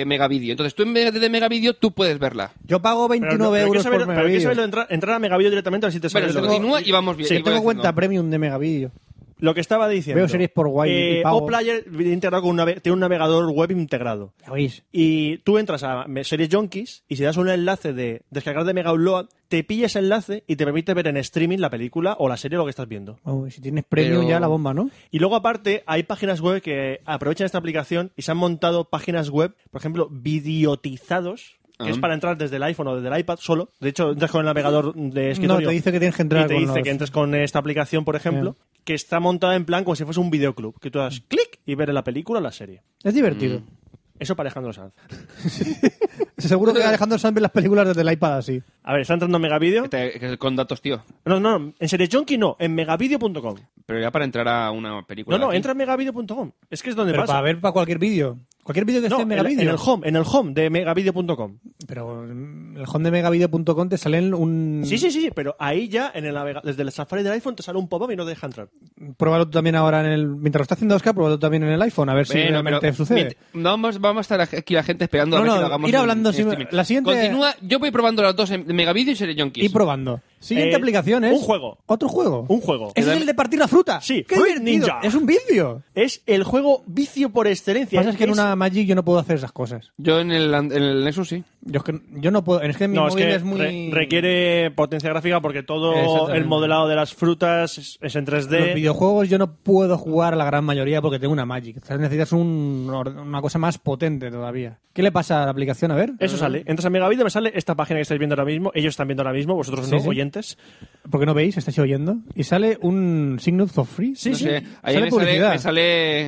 eh, Megavideo. Entonces, tú en vez de Megavideo, tú puedes verla.
Yo pago
Pero
29
no- pero
euros
quiero saber- pero
por
quiero
megavideo.
saberlo entrar, entrar a Megavideo directamente a ver si te sale
Bueno,
el logo.
continúa y vamos bien.
Sí,
y
Yo
voy
tengo
diciendo.
cuenta premium de megavideo.
Lo que estaba diciendo.
Veo series por guay y
Eh,
pago.
Oplayer viene integrado con un nave- tiene un navegador web integrado.
Ya veis.
Y tú entras a me- Series Junkies y si das un enlace de descargar de Mega Upload, te pilla ese enlace y te permite ver en streaming la película o la serie o lo que estás viendo.
Vamos, si tienes premium
Pero-
ya la bomba, ¿no?
Y luego, aparte, hay páginas web que aprovechan esta aplicación y se han montado páginas web, por ejemplo, videotizados, que
Ah.
es para entrar desde el iPhone o desde el iPad solo. De hecho, entras con el navegador de escritorio.
No, te dice que tienes que entrar
Y te
con
dice
los-
que entres con esta aplicación, por ejemplo, que está montada en plan como si fuese un videoclub, que tú das
Mm.
clic y ver la película o la serie.
Es divertido.
Mm. Eso para Alejandro Sanz.
(laughs) Seguro que Alejandro Sanz ve las películas desde el iPad así.
A ver, está entrando en Megavideo.
Que te- que Con datos, tío.
No, no, no, en Series Junkie no, en megavideo.com.
Pero ya para entrar a una película.
No, no,
aquí.
entra en megavideo.com. Es que es donde
Pero
pasa.
para ver para cualquier vídeo. Cualquier vídeo este que
No,
esté en
en, la- en el
megavideo.
home, en el home de megavideo.com.
Pero mm, el home de megavideo.com te salen un...
Sí, sí, sí, sí, pero ahí ya en el navega- desde el Safari del iPhone te sale un pop-up y no te deja entrar.
Pruébalo tú también ahora en el... Mientras lo está haciendo Oscar, pruébalo tú también en el iPhone, a ver si
Bueno,
realmente
pero
sucede.
mient- Vamos, vamos a estar aquí la gente esperando a
No,
ver
no,
si lo hagamos
ir
en-
hablando,
en
sí,
streaming.
la siguiente-
Continúa, yo voy probando las dos en Megavideo y Series Junkies.
Y probando. Siguiente
Eh,
aplicación es...
un juego.
¿Otro juego?
Un juego.
¿Ese es el de partir la fruta?
Sí,
¡Qué
Fruit
divertido!
Ninja.
Es un vídeo.
Es el juego vicio por excelencia.
Pasa es que en una Magic yo no puedo hacer esas cosas.
Yo en el, en el Nexus sí.
Yo, es que, yo no puedo. Es que mi
No, es
móvil
que
es muy.
re- requiere potencia gráfica porque todo
Exactamente.
el modelado de las frutas es, es en
Los
3D.
videojuegos yo no puedo jugar la gran mayoría porque tengo una Magic. O sea, necesitas un or- una cosa más potente todavía. ¿Qué le pasa a la aplicación? A ver.
Eso sale. Entras a Megavideo, me sale esta página que estáis viendo ahora mismo. Ellos están viendo ahora mismo, vosotros
Sí,
no,
sí.
oyentes.
Porque no veis, estáis oyendo. Y sale un Signals of Free.
Sí,
No
sí.
sé, Ayer
Sale
me,
publicidad.
sale, me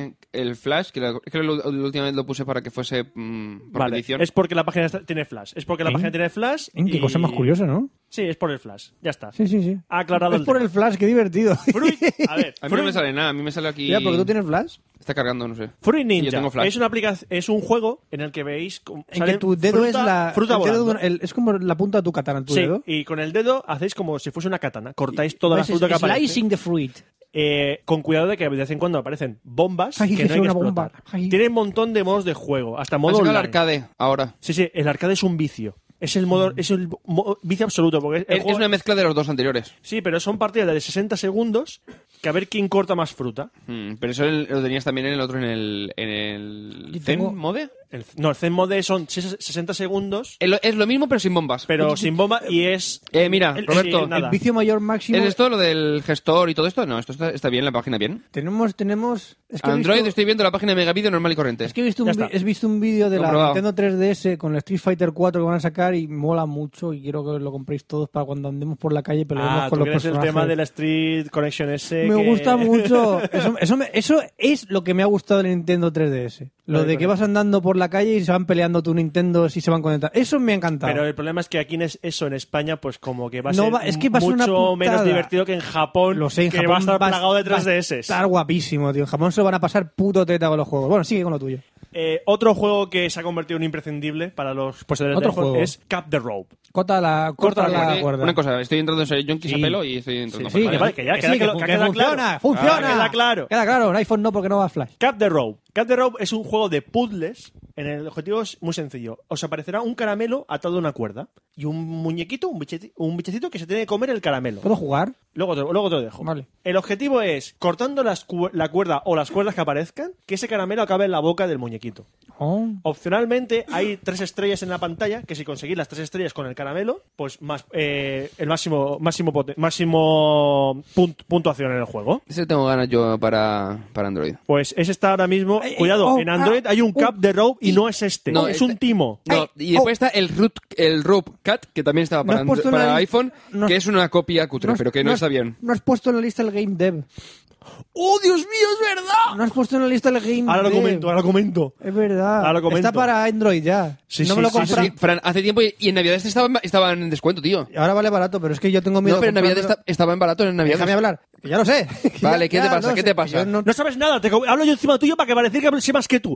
sale el Flash, que, la- que lo- la última vez lo puse para que fuese mm, por
Vale.
petición.
Es porque la página está- tiene flash. Es porque la
¿Eh?
página tiene flash.
Mm, Qué
y-
cosa más curiosa, ¿no?
Sí, es por el flash. Ya está.
Sí, sí, sí.
Ha aclarado
Es
el
por
tema.
el Flash, qué divertido. (laughs)
Fruit, (laughs) a ver,
A mí
Fruit-
no me sale nada, a mí me sale aquí...
Ya, porque tú tienes Flash.
Está cargando, no sé.
Fruit
Y Yo
Ninja
tengo Flash.
es una aplicación, es un juego en el que veis cómo
En
sale
que tu dedo
fruta-
es la.
fruta
el dedo de
volando.
una- el- es como la punta de tu katana, tu
Sí,
dedo.
y con el dedo hacéis como si fuese una katana, cortáis toda la
Ves, es-
fruta que aparece.
Slicing the fruit.
Eh, con cuidado de que de vez en cuando aparecen bombas
Ay,
que
que
no
sea
hay que
una bomba.
explotar.
Ay.
Tiene un montón de modos de juego, hasta
Han
modo
sacado el
online.
arcade ahora.
Sí, sí, el arcade es un vicio. Es el modo,
Mm.
es el mo- vicio absoluto porque el
Es,
juego-
es una mezcla de los dos anteriores.
Sí, pero son partidas de 60 segundos que a ver quién corta más fruta.
Mm, pero eso el- lo tenías también en el otro, en el... En el
Yo tengo-
¿Zen Mode?
El- no, el Zen Mode son 60 segundos,
Es lo, es lo mismo, pero sin bombas.
pero sin bomba y es...
Eh, mira,
el-
Roberto,
sí, nada.
El vicio mayor máximo.
¿Es esto lo del gestor y todo esto? No, esto está, está bien, la página bien.
Tenemos, tenemos. Es que he
Android,
visto-
estoy viendo la página de Megavideo normal y corriente.
Es que he visto un,
Ya
vi-
está.
he visto un vídeo de la
Comprobado.
Nintendo 3DS con el Street Fighter 4 que van a sacar y mola mucho y quiero que lo compréis todos para cuando andemos por la calle y peleemos
Ah,
con
¿tú
los
crees el
personajes.
tema de la Street Connection ese
Me
que- (laughs)
gusta mucho. Eso, eso, me- eso es lo que me ha gustado del Nintendo 3DS. Lo
Vale,
de que
correcto.
vas andando por la calle y se van peleando tu Nintendo si se van conectando. Eso me ha encantado.
Pero el problema es que aquí en es- eso en España, pues como que va a
No
ser
va- es que va a ser una
mucho
putada.
menos divertido que en Japón,
lo sé, en
que
Japón
va a estar
vas-
plagado de
vas a
3DS.
Estar guapísimo, tío. En Japón se lo van a pasar puto teta con los juegos. Bueno, sigue con lo tuyo.
Eh, otro juego que se ha convertido en imprescindible para los poseedores de
Otro
iPhone
juego.
es Cap the Rope.
Corta la, corta
la
la,
Porque,
cuerda.
Una cosa, estoy entrando en Series Junkies
Sí.
a pelo y estoy entrando
Sí,
por
que,
la-
vale, que ya
que
queda
sí, que
que lo-
fun-
que
que
queda
funciona,
claro.
funciona.
Ah, queda claro.
Queda claro, el iPhone no porque no va a flash.
Cap the Rope. Cap the Rope es un juego de puzzles. En el objetivo es muy sencillo. Os aparecerá un caramelo atado a una cuerda y un muñequito, un, bicheti- un bichecito que se tiene que comer el caramelo.
¿Puedo jugar?
Luego te, luego te lo dejo.
Vale.
El objetivo es, cortando las cu- la cuerda o las cuerdas que aparezcan, que ese caramelo acabe en la boca del muñequito.
Oh.
Opcionalmente, hay tres estrellas en la pantalla, que si conseguís las tres estrellas con el caramelo, pues más eh, el máximo máximo pote- máximo punt- puntuación en el juego.
Ese tengo ganas yo para, para Android.
Pues ese está ahora mismo.
Ay, ay,
Cuidado,
oh,
en Android
ah,
hay un
oh,
cap de rope y no es este.
No,
es
este-
un timo.
No,
Ay, oh.
y después está el Root, el Rope Cat, que también estaba
No
para,
has
Andro-
puesto la
para
li-
iPhone,
no has-
que es una copia cutre,
has-
pero que no,
has-
está bien.
No has puesto en la lista el Game Dev.
¡Oh, Dios mío, es verdad!
No has puesto en la lista el game.
Ahora lo
Dev.
comento, ahora lo comento.
Es verdad.
Ahora lo comento.
Está para Android ya.
Sí,
no
sí,
me lo
sí,
compras.
Sí, Fran, hace tiempo y, y en Navidades estaban, estaban en descuento, tío.
Ahora vale barato, pero es que yo tengo miedo.
No, pero en
a
Navidad
comprármelo.
esta- estaba en barato en Navidad.
Déjame hablar. Que ya lo sé.
(laughs)
(laughs)
Vale,
Ya-
¿qué te
ya
pasa?
lo
¿Qué
sé.
te pasa?
Yo no-
No sabes nada, te co- hablo yo encima tuyo para que parecer que sé más que tú.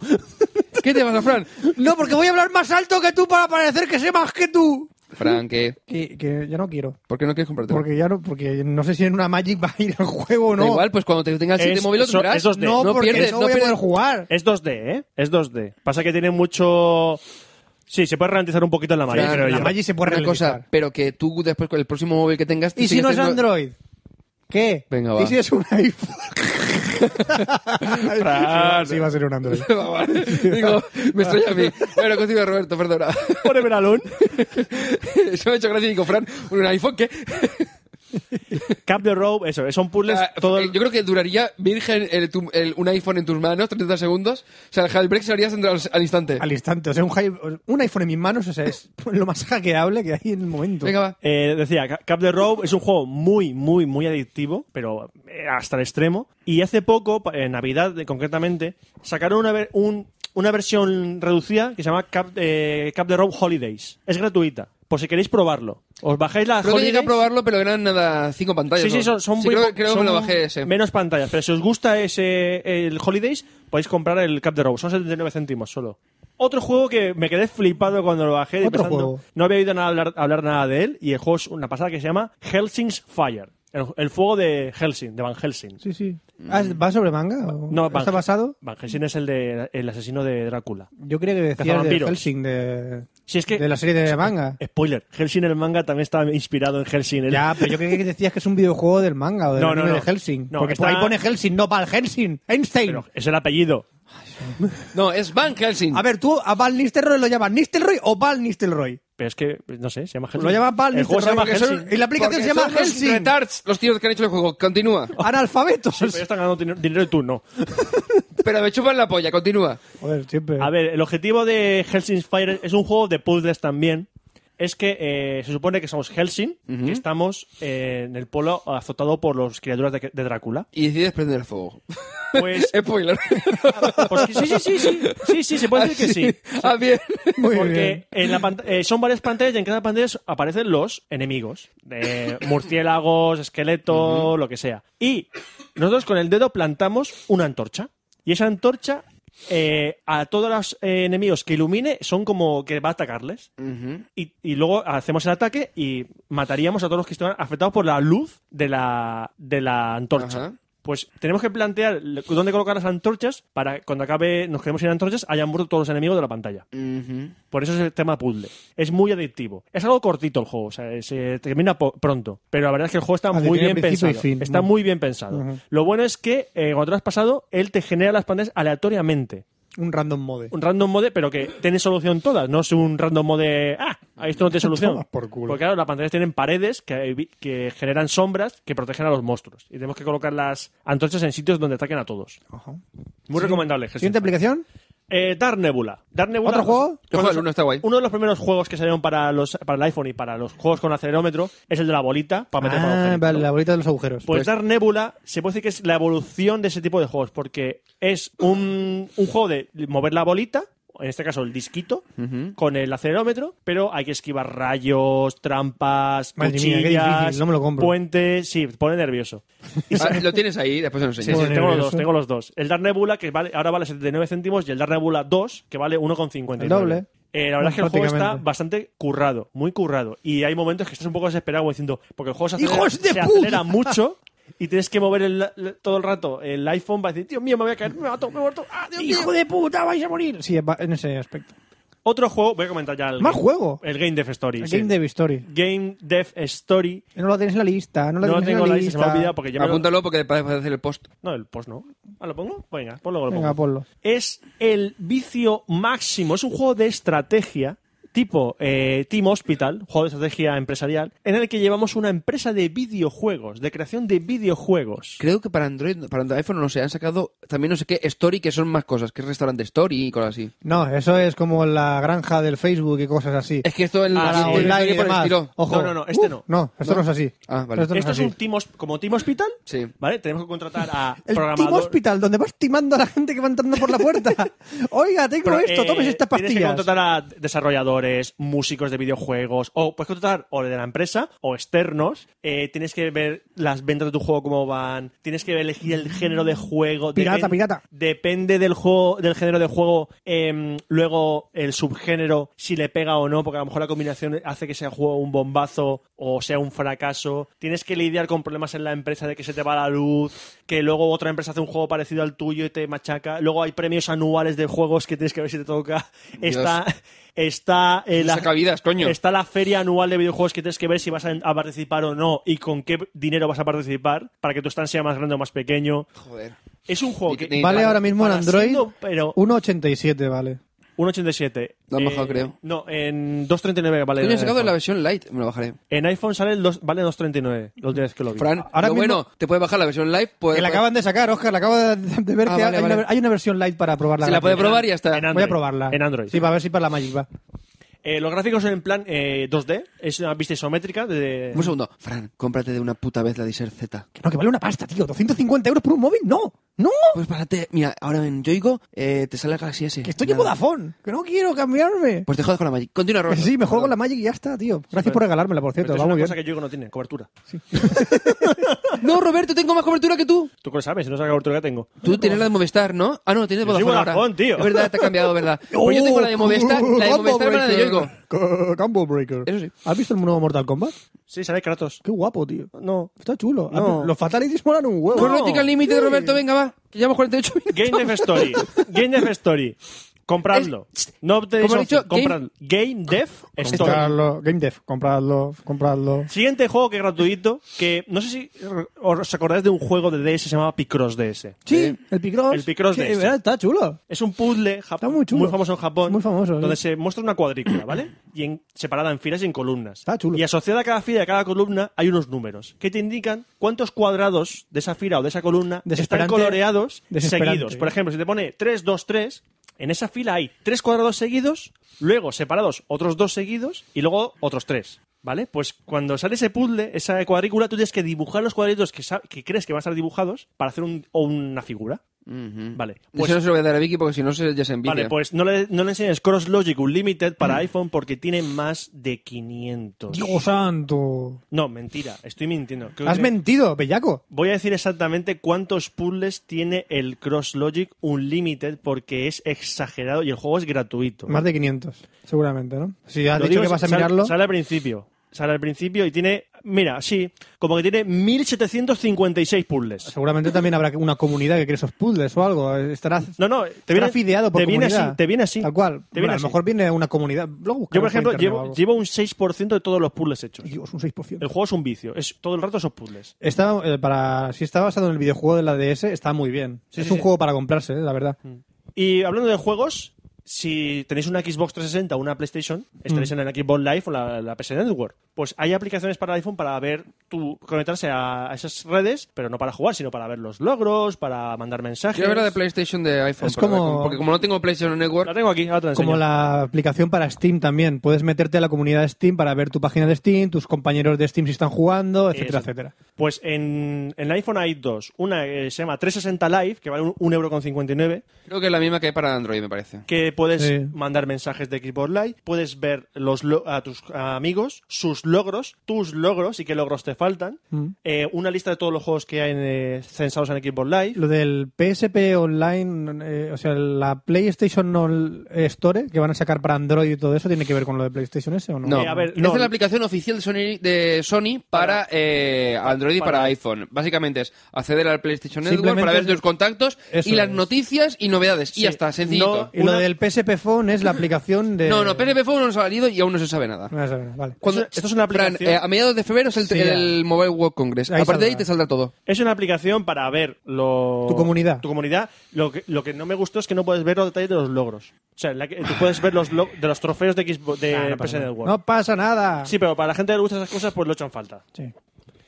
¿Qué te
(laughs)
pasa, Fran?
No, porque voy a hablar más alto que tú para parecer que sé más que tú.
Fran, ¿qué?
Que, que ya no quiero.
¿Por qué no quieres comprarte?
Porque ya no, porque no sé si en una Magic va a ir el juego o no.
Da igual, pues cuando te tengas el
Es-
siguiente móvil lo
so-
tendrás.
esos de-
no,
no
porque
pierdes,
no,
no
voy a
pierdes.
poder jugar.
Es 2D, ¿eh? Es 2D. Pasa que tiene mucho... Sí, se puede ralentizar un poquito en la malla,
Fran,
creo
la
yo. (laughs)
Magic se puede
Una cosa,
realizar.
pero que tú después con el próximo móvil que tengas... te
¿Y si
sigues
no es
teniendo-
Android? ¿Qué?
Venga,
¿Y
va.
si es un
(laughs)
iPhone? (laughs)
Fran.
Sí, va a ser un
(laughs)
Android.
Va, vale. (laughs) Digo, me estoy a mí. Bueno, continúa, Roberto, perdona. (laughs)
Pone melón.
Eso me ha hecho gracia y digo, Fran, ¿un iPhone qué?
Cambio rope, eso, son puzzles
Ah,
todo
eh,
el...
Yo creo que duraría virgen el, tu- el- un iPhone en tus manos 30 segundos. O sea, el jailbreak se lo harías en- al, al instante.
Al instante. O sea, un, hi- un iPhone en mis manos o sea, es lo más hackeable que hay en el momento.
Venga, va.
Eh, decía, Ca- Cap the Rope es un juego muy, muy, muy adictivo, pero eh, hasta el extremo. Y hace poco, pa- en Navidad eh, concretamente, sacaron una, ver- un- una versión reducida que se llama Cap, eh, Cap the Rope Holidays. Es gratuita, por si queréis probarlo. Os bajáis la
Creo que llegué a
Holidays.
probarlo, pero eran nada, cinco pantallas.
Sí, sí,
¿no?
son, son muy
creo,
po-
creo que
son
me lo bajé ese.
menos pantallas. Pero si os gusta ese el Holidays, podéis comprar el Cap de Row. Son 79 céntimos solo. Otro juego que me quedé flipado cuando lo bajé.
Otro
pensando-
juego.
No había oído nada hablar, hablar nada de él. Y el juego es una pasada que se llama Helsing's Fire. El, el fuego de Helsing, de Van Helsing.
Sí, sí. Ah, ¿Va sobre manga? o-
No, Van-
¿Está basado?
Van Helsing es el, de, el asesino de Drácula.
Yo creía que decías de
Cazavampiros.
Helsing, de,
Si es que-
de la serie de manga.
Spoiler, Helsing el manga también está inspirado en Helsing. el-
Ya, pero yo creía que decías que es un videojuego del manga o del
No, no,
anime
no.
de Helsing.
No,
porque por
está-
ahí pone Helsing, no Val Helsing. Einstein.
Pero es el apellido.
No, es Van Helsing.
A ver, tú a Val Nistelrooy lo llamas Nistelrooy o Val
(laughs)
Nistelrooy.
Pero es que, no sé, se llama Helsing.
Lo llaman Val
El juego se
Nistelrooy
llama
porque son-
Helsing.
y la aplicación
Porque
se llama
son los
Helsing.
retards, los tíos que han hecho el juego. Continúa.
Analfabetos.
Sí, pero ya están ganando dinero- dinero y tú no.
Pero me chupan la polla, continúa.
Joder, siempre.
A ver, el objetivo de Helsing's Fire es un juego de puzzles también. Es que eh, se supone que somos Helsing, que estamos eh, en el polo azotado por las criaturas de, de Drácula.
Y decides prender fuego. (laughs)
Pues,
Spoiler.
pues que sí, sí, sí, sí, sí, sí, se puede decir que sí.
(laughs) Ah, bien.
Muy bien.
Porque en la pant- eh, son varias pantallas y en cada pantalla aparecen los enemigos.
(laughs)
de murciélagos, esqueleto, lo que sea. Y nosotros con el dedo plantamos una antorcha. Y esa antorcha eh, a todos los eh, enemigos que ilumine son como que va a atacarles.
Ujú.
Y, y luego hacemos el ataque y mataríamos a todos los que estuvieran afectados por la luz de la, de la antorcha.
Ajá.
Pues tenemos que plantear le- dónde colocar las antorchas para que cuando acabe, nos quedemos sin antorchas, hayan muerto todos los enemigos de la pantalla.
Ujú.
Por eso es el tema puzzle. Es muy adictivo. Es algo cortito el juego, o sea, se termina po- pronto. Pero la verdad es que el juego está
Ah, que
muy
tiene
bien
principio y
pensado.
fin,
Está
¿no?
muy bien pensado.
Ujú.
Lo bueno es que eh, cuando te lo has pasado, él te genera las pantallas aleatoriamente.
Un random mode.
Un random mode, pero que tiene solución todas. No es un random mode. Ah, a esto no tiene solución.
(laughs) Toma por culo.
Porque claro, las pantallas tienen paredes que, evi- que generan sombras que protegen a los monstruos. Y tenemos que colocar las antorchas en sitios donde ataquen a todos.
Ajá.
Muy recomendable. Jesús.
Siguiente aplicación.
Eh, Dark Nebula. Dark Nebula-
¿Otro juego?
Yo juego al uno, está guay.
Uno de los primeros juegos que salieron para, los, para el iPhone y para los juegos con acelerómetro es el de la bolita para meter para
Ah,
agujeritos.
vale, la bolita de los agujeros.
Pues Dark Nebula se puede decir que es la evolución de ese tipo de juegos, porque es un, un juego de mover la bolita, en este caso el disquito, con el acelerómetro, pero hay que esquivar rayos, trampas,
Madre mía, qué
cuchillas,
difícil, no me lo compro.
puentes. Sí, te pone nervioso.
Ah, lo tienes ahí, después se lo
Sí,
enseñas.
sí,
Pone
tengo los
nervioso.
dos, tengo los dos. El Dark Nebula, que vale, ahora vale 79 céntimos, y el Dark Nebula 2, que vale 1,59.
El doble.
Eh, la verdad es que el juego está
Prácticamente.
bastante currado, muy currado. Y hay momentos que estás un poco desesperado como diciendo, porque el juego se acelera,
¡Hijos de
se
puta!
acelera mucho y tienes que mover el- el- todo el rato el iPhone para decir, Dios mío, me voy a caer, me mato, me mato. ¡Ah, Dios mío!
¡Hijo de puta, vais a morir! Sí, va- en ese aspecto.
Otro juego, voy a comentar ya el,
¿Más
game,
juego?
el Game Dev Story.
El
sí.
Game Dev Story.
Game Dev Story.
No lo tenéis en la lista. No lo
No
tenéis
tengo
en
la
la
lista, se
lista.
me ha olvidado porque ya me lo-
Apúntalo porque después vas a hacer el post.
No, el post no. ¿Ah, lo pongo? Venga, ponlo. lo
Venga,
pongo.
ponlo.
Es el vicio máximo. Es un juego de estrategia tipo eh, Team Hospital, juego de estrategia empresarial, en el que llevamos una empresa de videojuegos, de creación de videojuegos.
Creo que para Android, para iPhone no sé, han sacado también no sé qué Story, que son más cosas, que es restaurante Story y cosas así.
No, eso es como la granja del Facebook y cosas
(laughs)
así.
Es que esto es
Ah,
la
sí,
Story
online
por el
demás.
estilo.
Ojo.
No, no, no, este
Uf,
no.
No, esto no,
No.
es así.
Ah, vale.
Esto no
Esto es
así.
un Team Hos- como Team Hospital,
Sí.
¿vale? Tenemos que contratar a
(laughs) El Team
programador.
Hospital, donde vas timando a la gente que va entrando por la
(laughs)
puerta. Oiga, tengo
Pero,
esto,
eh,
tomes estas
Tienes que
pastillas.
contratar a desarrolladores, músicos de videojuegos, o puedes contratar o de la empresa o externos. Eh, tienes que ver las ventas de tu juego cómo van. Tienes que elegir el género de juego.
Pirata,
Depen-
pirata.
Depende del juego, del género de juego. em, luego el subgénero, si le pega o no, porque a lo mejor la combinación hace que sea un juego un bombazo o sea un fracaso. Tienes que lidiar con problemas en la empresa de que se te va la luz, que luego otra empresa hace un juego parecido al tuyo y te machaca. Luego hay premios anuales de juegos que tienes que ver si te toca.
Dios.
Está, está eh, la-
Sacavidas, coño.
Está la feria anual de videojuegos que tienes que ver si vas a, a participar o no y con qué dinero vas a participar para que tu stand sea más grande o más pequeño.
Joder.
Es un juego que
Ni- ni-
Vale
Para-
ahora mismo en
para
Android
siendo, pero
1.87, vale.
1.87.
Lo han bajado, creo.
Eh, No, en 2.39 vale.
Coño,
en
he sacado
iPhone.
la versión Lite, me lo bajaré.
En iPhone sale el dos- vale 2.39, la última vez que lo vi.
Fran,
Ahora
lo
mismo-
bueno, te puedes bajar la versión Lite, puedes,
Pues-
Que la acaban de sacar, Oscar, la acabo de, de ver
Ah,
que
vale,
hay,
vale.
Una, hay una versión light para probarla.
se la puede
gratis.
probar y ya está.
En Android.
Voy a probarla.
En Android.
Sí, para ver si para la Magic va.
Eh, los gráficos son en plan eh, 2D, es una vista isométrica. De...
Un segundo, Fran, cómprate de una puta vez la Desert Z.
No, que vale una pasta, tío. ¿250 euros por un móvil? No, no.
Pues párate, mira, ahora en Yoigo eh, te sale la Galaxy S.
Que estoy en Vodafone. Que no quiero cambiarme.
Pues te jodas con la Magic. Continúa,
Que
Roberto.
sí, me juego con la Magic y ya está, tío.
Gracias por regalármela, por
Pero
cierto.
esto es
Va
una
muy bien.
cosa que yo no tiene, cobertura.
No, Roberto, tengo más cobertura que tú.
¿Tú lo sabes? No sé la cobertura que tengo.
Tú tienes la de Movistar, ¿no? Ah, no, tienes
Yo soy
Vodafone ahora.
Vodafone, tío.
Es verdad, te ha
(laughs)
cambiado, ¿verdad? Pues yo tengo
Oh,
la de Movistar,
(laughs)
la de Movistar y la de Yoigo.
Yoigo. Combo Breaker.
Eso sí.
¿Has visto el nuevo Mortal Kombat?
Sí, sale Kratos.
Qué guapo, tío.
No.
Está chulo.
No.
Los Fatalities molan un huevo.
No.
Crónica al límite, Roberto, venga, va. Que llevamos 48 minutos.
Game Dev Story. Game Dev Story. Compradlo. No tenéis
¿Cómo has
opción.
dicho? Game-
Compradlo. Game Dev Story.
Compradlo. Game Dev, compradlo, compradlo.
Siguiente juego que es gratuito, que no sé si os acordáis de un juego de DS que se llamaba Picross DS.
Sí, el Picross.
El Picross
Sí,
de este.
verdad, Está chulo.
Es un puzzle jap-
Está muy chulo.
famoso en Japón.
Muy famoso, sí.
Donde se muestra una cuadrícula,
(clears throat)
¿vale? Y en- separada en filas y en columnas.
Está chulo.
Y asociada a cada fila y a cada columna hay unos números que te indican cuántos cuadrados de esa fila o de esa columna están
Desesperante.
coloreados
Desesperante.
seguidos. Por ejemplo, si te pone 3, 2, 3, en esa fila hay tres cuadrados seguidos, luego separados otros dos seguidos y luego otros tres. ¿Vale? Pues cuando sale ese puzzle, esa cuadrícula, tú tienes que dibujar los cuadritos que, sa- que crees que van a estar dibujados para hacer un- o una figura. Vale.
Pues eso no se lo voy a dar a Vicky porque si no se- ya se envidia.
Vale, pues no le, no le enseñes Cross Logic Unlimited para iPhone porque tiene más de 500.
Mm. Dios santo.
No, mentira, estoy mintiendo. Creo
Has
que-
mentido, bellaco.
Voy a decir exactamente cuántos puzzles tiene el Cross Logic Unlimited porque es exagerado y el juego es gratuito.
Más de 500, seguramente, ¿no? Si has
Lo
dicho
digo,
que vas a
sale-
mirarlo.
Sale al principio. Sale al principio y tiene, mira, sí, como que tiene 1756 puzzles.
Seguramente también habrá una comunidad que cree esos puzzles o algo. Estará,
No, no, te
estará
viene,
fideado por
te viene
comunidad.
así, te viene así.
Tal cual.
Te
Bueno,
viene
a
así.
lo mejor viene una comunidad. Luego buscaré
Yo, por ejemplo,
internet o
llevo,
algo.
llevo un 6% de todos los puzzles hechos.
Dios, un 6%.
El juego es un vicio, es todo el rato esos puzzles.
Está, eh, para, si está basado en el videojuego de la DS, está muy bien.
Sí,
es
sí, Mm.
un
sí.
juego para comprarse, eh, la verdad.
Y hablando de juegos, si tenéis una Xbox 360 o una PlayStation, estaréis en el Xbox Live o la, la PS Network. Pues hay aplicaciones para iPhone para ver tu conectarse a a esas redes, pero no para jugar, sino para ver los logros, para mandar mensajes.
Quiero ver la de PlayStation de iPhone.
Es
para ver
como-
cómo- Porque como no tengo PlayStation
La
Network...
tengo aquí, ahora te la enseño.
Como la aplicación para Steam también. Puedes meterte a la comunidad de Steam para ver tu página de Steam, tus compañeros de Steam si están jugando, etcétera,
Exacto.
etcétera.
Pues en, en el iPhone hay dos. Una eh, se llama 360 Live, que vale un- un euro con 59,
Creo que es la misma que hay para Android, me parece.
que puedes
Sí.
mandar mensajes de equipo online, puedes ver los lo- a tus amigos, sus logros, tus logros y qué logros te faltan,
Mm.
eh, una lista de todos los juegos que hay en, eh, censados en equipo online.
Lo del PSP Online, eh, o sea, la PlayStation Ol- Store que van a sacar para Android y todo eso, ¿tiene que ver con lo de PlayStation S o no?
No,
Eh, a ver,
esta
no.
es la aplicación oficial de Sony, de Sony para, eh, Android y para,
para-
iPhone. Básicamente es acceder al PlayStation Network
Simplemente
para ver
es-
tus contactos
Eso
y las
es.
noticias y novedades. Y ya está, sencillito.
No-
Y
Una-
lo del PSP Phone es la aplicación de.
No, no, PSP Phone no se ha salido y aún no se sabe nada.
No, Eh, eso no, Vale.
Cuando-
Esto es una
Fran,
aplicación.
eh, a mediados de febrero es el,
Sí, ya.
el Mobile World Congress.
Ahí
a partir de ahí
saldrá.
te saldrá todo.
Es una aplicación para ver lo...
Tu comunidad.
Tu comunidad. Lo que, lo que no me gustó es que no puedes ver los detalles de los logros. O sea, la que- tú puedes ver los log- de los trofeos de, Xbox, de
Ah, no, pasa
PS
nada.
Network.
No pasa nada.
Sí, pero para la gente que le gustan esas cosas, pues lo echan falta.
Sí.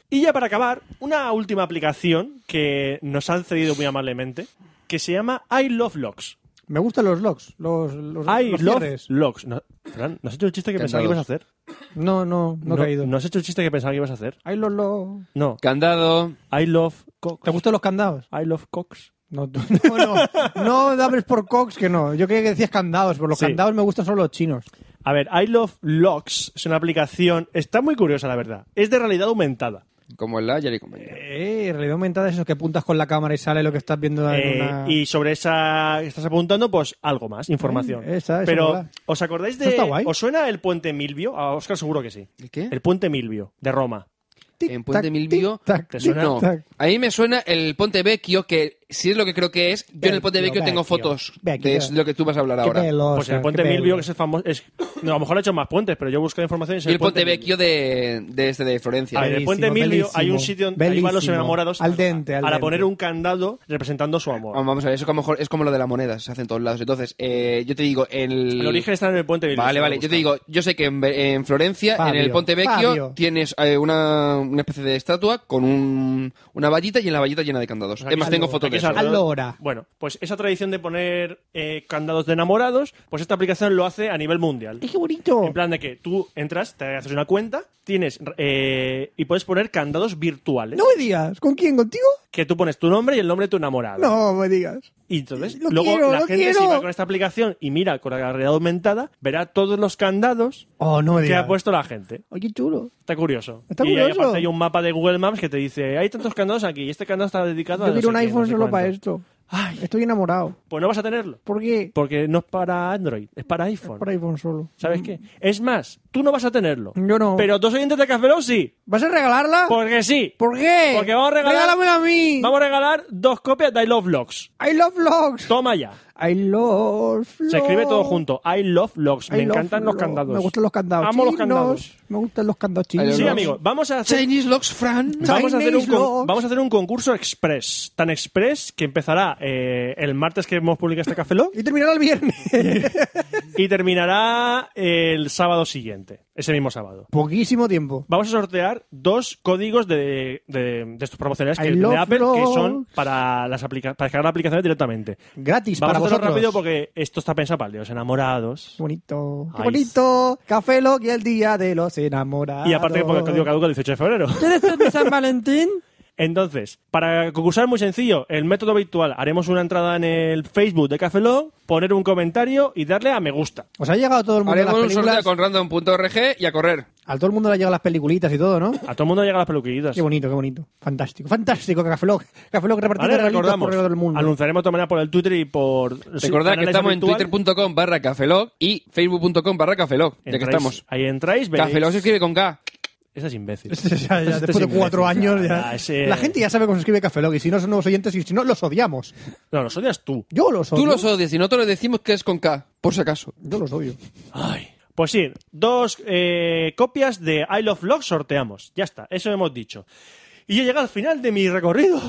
Y ya para acabar, una última aplicación que nos han cedido muy amablemente, que se llama I Love Logs.
Me gustan los logs. Los, los,
I
los
Love
cierres.
Logs. No, Fran, ¿no has hecho el chiste que pensaba que ibas a
Encantados.
hacer?
No, no, no, he caído.
¿No has hecho el chiste que pensaba que ibas a hacer?
Ay, los logs.
No.
Candado.
I Love Cox.
¿Te gustan los candados?
I Love Cox.
No, tú- (laughs) no, no. No dabes por cox que no. Yo creía que decías candados, pero los
Sí.
candados me gustan solo los chinos.
A ver, I Love Locks es una aplicación. Está muy curiosa, la verdad. Es de realidad aumentada.
Como el Ayer y compañía.
Eh, realidad aumentada es eso que apuntas con la cámara y sale lo que estás viendo en
Eh,
una...
Y sobre esa que estás apuntando, pues algo más, información.
Eh, esa- esa
Pero,
mola.
¿os acordáis de.
Eso está guay. ¿Eh?
¿Os suena el puente Milvio? A Oscar, seguro que sí.
¿El qué?
El puente Milvio, de Roma.
Tic,
en Puente
tac,
Milvio.
tic, tac,
¿Te suena?
tic,
No.
tac.
A mí me suena el Ponte Vecchio, que si es lo que creo que es, yo en el Ponte
Vecchio,
Vecchio tengo
Vecchio.
fotos
Vecchio.
de es lo que tú vas a hablar
Qué
ahora. Y
pelosa,
pues el
qué
puente Milvio,
pelosa.
que es el famoso. es- no, a lo mejor ha hecho más puentes, pero yo busqué información y es
el Ponte Vecchio de, de este de Florencia.
A ver, en el
Bellísimo,
puente Milvio hay un
bellísimo,
sitio donde ahí van los
bellísimo.
enamorados
Al dente, al
para
dente.
poner un candado representando su amor.
Vamos vamos a ver, eso que a lo mejor es como lo de la moneda, se hace en todos lados. Entonces, eh, yo te digo, el...
El origen está en el puente Milvio.
Vale,
si lo
vale. Yo te
buscas.
digo, yo sé que en, Ve- en Florencia,
Fabio,
en el Ponte Vecchio,
Fabio.
tienes eh, una, una especie de estatua con un, una vallita y en la vallita llena de candados.
sea,
es más,
aquí-
tengo fotos
aquí
de
es
eso. ¿eh?
alrededor-
Allora.
Bueno, pues esa tradición de poner eh, candados de enamorados, pues esta aplicación lo hace a nivel mundial.
¡Qué bonito!
En plan de que tú entras, te haces una cuenta, tienes eh, y puedes poner candados virtuales.
No me digas. ¿Con quién? ¿Contigo?
Que tú pones tu nombre y el nombre de tu enamorado.
No me digas.
Y entonces,
Lo
luego
quiero,
la
lo
gente,
quiero.
si va con esta aplicación y mira con la realidad aumentada, verá todos los candados
Oh, no me
que
digas.
ha puesto la gente.
Oye, chulo.
Está curioso.
Está
y ahí
curioso.
aparte hay un mapa de Google Maps que te dice, hay tantos candados aquí y este candado está dedicado a...
Yo
no
quiero un
sé qué, no
iPhone
sé
solo para este.
cuánto".
esto.
Ay.
Estoy enamorado.
Pues no vas a tenerlo.
¿Por qué?
Porque no es para Android, es para iPhone.
Por iPhone solo.
¿Sabes qué? Es más, tú no vas a tenerlo.
Yo no.
Pero dos oyentes de Café Lock sí.
¿Vas a regalarla?
Porque sí.
¿Por qué?
Porque vamos a regalar-
Regálamela a mí.
Vamos a regalar dos copias de I Love Logs.
I love vlogs.
Toma ya.
I love vlogs.
Se escribe todo junto. I Love Logs.
I
Me
love
encantan los
vlogs.
candados.
Me gustan los candados.
Amo los
chinos.
candados.
Me gustan los candados chinos.
los
Sí,
vlogs.
amigos. Vamos a hacer...
Chinese Locks Fran.
Vamos a, hacer un
Chinese
con-
Logs.
vamos a hacer un concurso express, tan express que empezará eh, el martes que hemos publicado este Café Lock
(laughs) Y terminará el viernes.
y terminará eh, el sábado siguiente, ese mismo sábado.
(laughs) Poquísimo tiempo.
Vamos a sortear dos códigos de, de, de estos promocionales
I
que, de
love
Apple que
vlogs.
son para, las aplica- para descargar aplicaciones directamente.
Gratis
Vamos
para
a hacerlo
vosotros.
rápido porque esto está pensado para los enamorados.
Qué bonito. Qué
Ay.
bonito. Café Lock y el día de los enamorados.
Y aparte que porque el código caduca el 18 de febrero.
(laughs) ¿Quieres ser de San Valentín?
Entonces, para concursar muy sencillo, el método habitual, haremos una entrada en el Facebook de Café Lock, poner un comentario y darle a me gusta.
Os ha llegado todo el mundo
Haremos
las
un sorteo
películas.
con random.org y a correr.
A todo el mundo le llegan las peliculitas
(laughs)
y todo, ¿no?
A todo el mundo llegan las peluquillitas.
Qué bonito, qué bonito. Fantástico. Fantástico, Café Lock. Café Lock repartiendo
¿Vale?
regalitos
Recordamos,
por alrededor del mundo.
anunciaremos de todas maneras por el Twitter y por...
Recordad que
canales
estamos
habitual.
en twitter.com barra cafelog y facebook.com barra cafelog, ya que
Entráis-
estamos.
Ahí entráis, veréis...
Cafelog se escribe con K.
Esa es imbécil.
Ya, (laughs) ya,
Este es
después de
imbécil.
cuatro años ya.
Ah, ese-
La gente ya sabe cómo se escribe Café Lock y si no son nuevos oyentes y si no los odiamos.
No, los odias tú.
Yo los odio.
Tú los odias y nosotros le decimos que es con K, por si acaso.
Yo los odio.
Pues sí, dos eh, copias de I Love Log sorteamos. Ya está, eso hemos dicho. Y he llegado al final de mi recorrido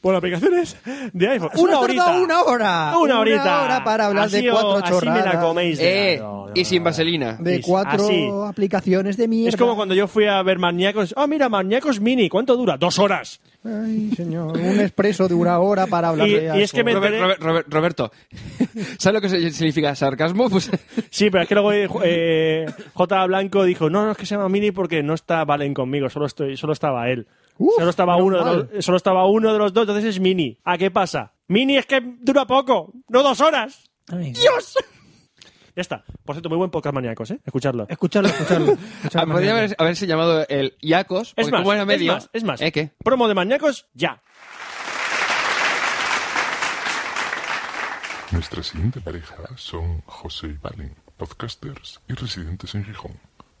por aplicaciones de iPhone.
Solo
Una
ha
horita.
tardado una hora.
Una horita.
Una hora para hablar
Así
de
o-
cuatro
Así me la
chorradas.
coméis. de
Eh,
lado.
y sin vaselina.
De
ah, Sí,
cuatro
así.
aplicaciones de mierda.
Es como cuando yo fui a ver Maníacos. Ah, mira, Maníacos Mini. ¿Cuánto dura? Dos horas.
Ay, señor. Un expreso de una hora para hablar
Y-
de
y es que
algo.
me-
Robert-
enteré-
Robert- Robert- Roberto, (laughs) ¿sabes lo que se- significa sarcasmo? Pues
Sí, pero es que luego eh, ju- eh, J. Blanco dijo, no, no es que se llama Mini porque no está Valen conmigo, solo estoy, solo estaba él.
Uf,
solo, estaba
menos
uno de
mal.
los, solo estaba uno de los dos, entonces es Mini. ¿A qué pasa? Mini es que dura poco, no dos horas.
Ay.
Ya está. Por cierto, muy buen podcast maníacos, ¿eh? Escucharlo. (laughs)
Escucharlo, escucharlo.
Ah,
escucharlo (laughs)
podría haber- haberse llamado el Iacos,
Es
porque
más,
como era
es
medio.
más, es más.
¿Eh, qué?
Promo de maníacos, ya.
Nuestra siguiente pareja son José y Valen, podcasters y residentes en Gijón.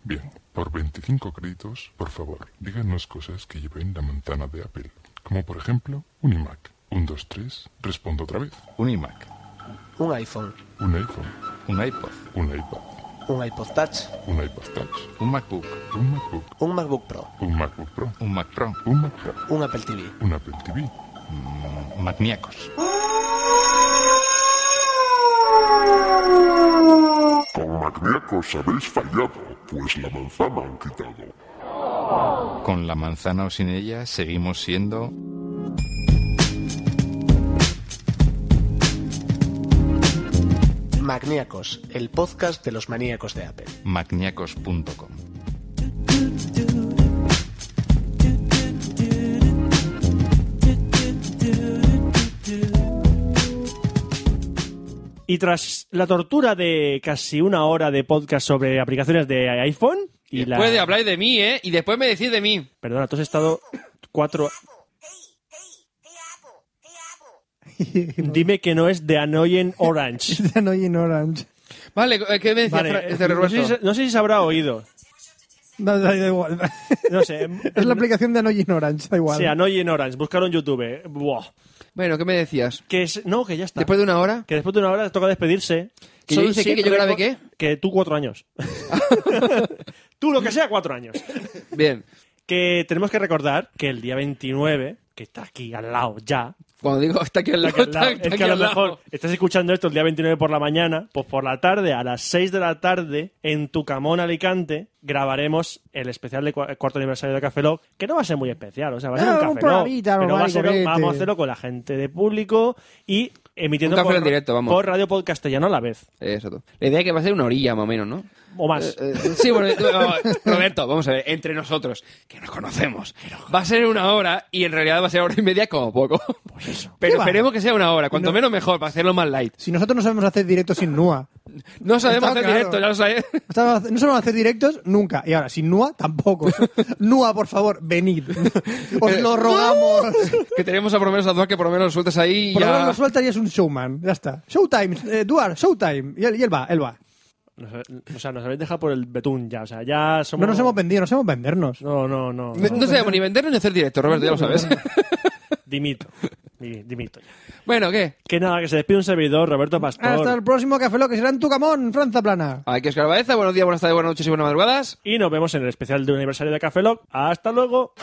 Bien, por 25 créditos, por favor, díganos cosas que lleven la manzana de Apple, como por ejemplo un iMac. Un, dos, tres, respondo otra vez.
Un iMac. un iPhone,
un iPhone,
un iPod,
un iPad,
un iPod Touch,
un iPod Touch,
un MacBook,
un MacBook,
un MacBook Pro,
un MacBook Pro,
un Mac Pro,
un Mac Pro,
un Apple TV.
un Apple TV,
mm, Macniacos.
Con Magníacos habéis fallado, pues la manzana han quitado.
Con la manzana o sin ella seguimos siendo
Magníacos, el podcast de los maníacos de Apple.
magniacos.com.
Y tras la tortura de casi una hora de podcast sobre aplicaciones de iPhone y la...
Después de Eh, hablar de mí, ¿eh? Y después me decís de mí.
Perdona, tú has estado
(laughs)
cuatro... Dime que no es de Annoying
(laughs)
Orange.
no hay en Orange.
Vale, eh, ¿qué me decía
Vale,
Fra-
eh,
este
no,
Roberto?
sé si, no sé si se habrá oído.
No, da, da igual. (laughs)
No sé.
(laughs)
es la aplicación de Annoying Orange, da igual.
Sí, Annoying Orange. Búscalo en YouTube. Buah.
Bueno, ¿qué me decías?
Que es- No, que ya está.
Después de una hora.
Que después de una hora les toca despedirse.
¿Que yo
Son
hice qué?
siempre
¿Que yo grabé
reco-
qué?
Que tú cuatro
(laughs)
años. (laughs) tú lo que sea, cuatro años.
Bien.
Que tenemos que recordar que el día 29, que está aquí al lado ya,
Cuando digo está aquí al
está
lado,
aquí al lado,
está-
es que
está
a
aquí
lo
al lado.
mejor estás escuchando esto el día 29 por la mañana, pues por la tarde, a las 6 de la tarde, en Tucamón, Alicante, grabaremos el especial de cua- cuarto aniversario de Café Lock, que no va a ser muy especial, o sea, va a ser
Ah,
un
un
Café Lock,
programita
pero va a
normal y
ser-
corriente.
vamos a hacerlo con la gente de público y emitiendo
Un Café
por,
Lock en directo, vamos.
por Radio Podcast Castellano a la vez,
Eh, Exacto. La idea es que va a ser una orilla más o menos, ¿no?
o más.
Eh, eh, sí, bueno, eh, Roberto, vamos a ver, entre nosotros, que nos conocemos, va a ser una hora y en realidad va a ser hora y media como poco. Pero
Pues
¿Qué va?
esperemos que sea una hora, cuanto menos mejor, para hacerlo más light.
Si nosotros no sabemos hacer directos sin NUA.
No sabemos
Está
hacer
claro.
directo, ya lo sabes.
No sabemos- no sabemos hacer directos nunca. Y ahora, sin NUA, tampoco. (laughs) NUA, por favor, venid.
(laughs)
Os lo rogamos.
que tenemos a por lo menos a dos que por lo menos lo sueltas ahí y
Por lo menos
ya...
lo suelta y es un showman. Ya está. Showtime, eh, Duar, Showtime. Y él, y él va, él va.
Nos- o sea, nos habéis dejado por el betún ya, o sea, ya somos...
No nos hemos vendido, nos hemos vendernos.
No, no, no.
No- (laughs)
no.
No sabemos ni vendernos ni hacer directo, Roberto, ya
(laughs)
lo sabes.
dimito. Di- Dimito ya.
bueno, ¿qué?
Que nada, que se despide un servidor, Roberto Pastor.
Hasta el próximo Café Lock, que será en Tucamón, Franza Plana.
Aquí Oscar Baeza, buenos días, buenas tardes, buenas noches y buenas madrugadas.
Y nos vemos en el especial de aniversario de Café Lock. ¡Hasta luego!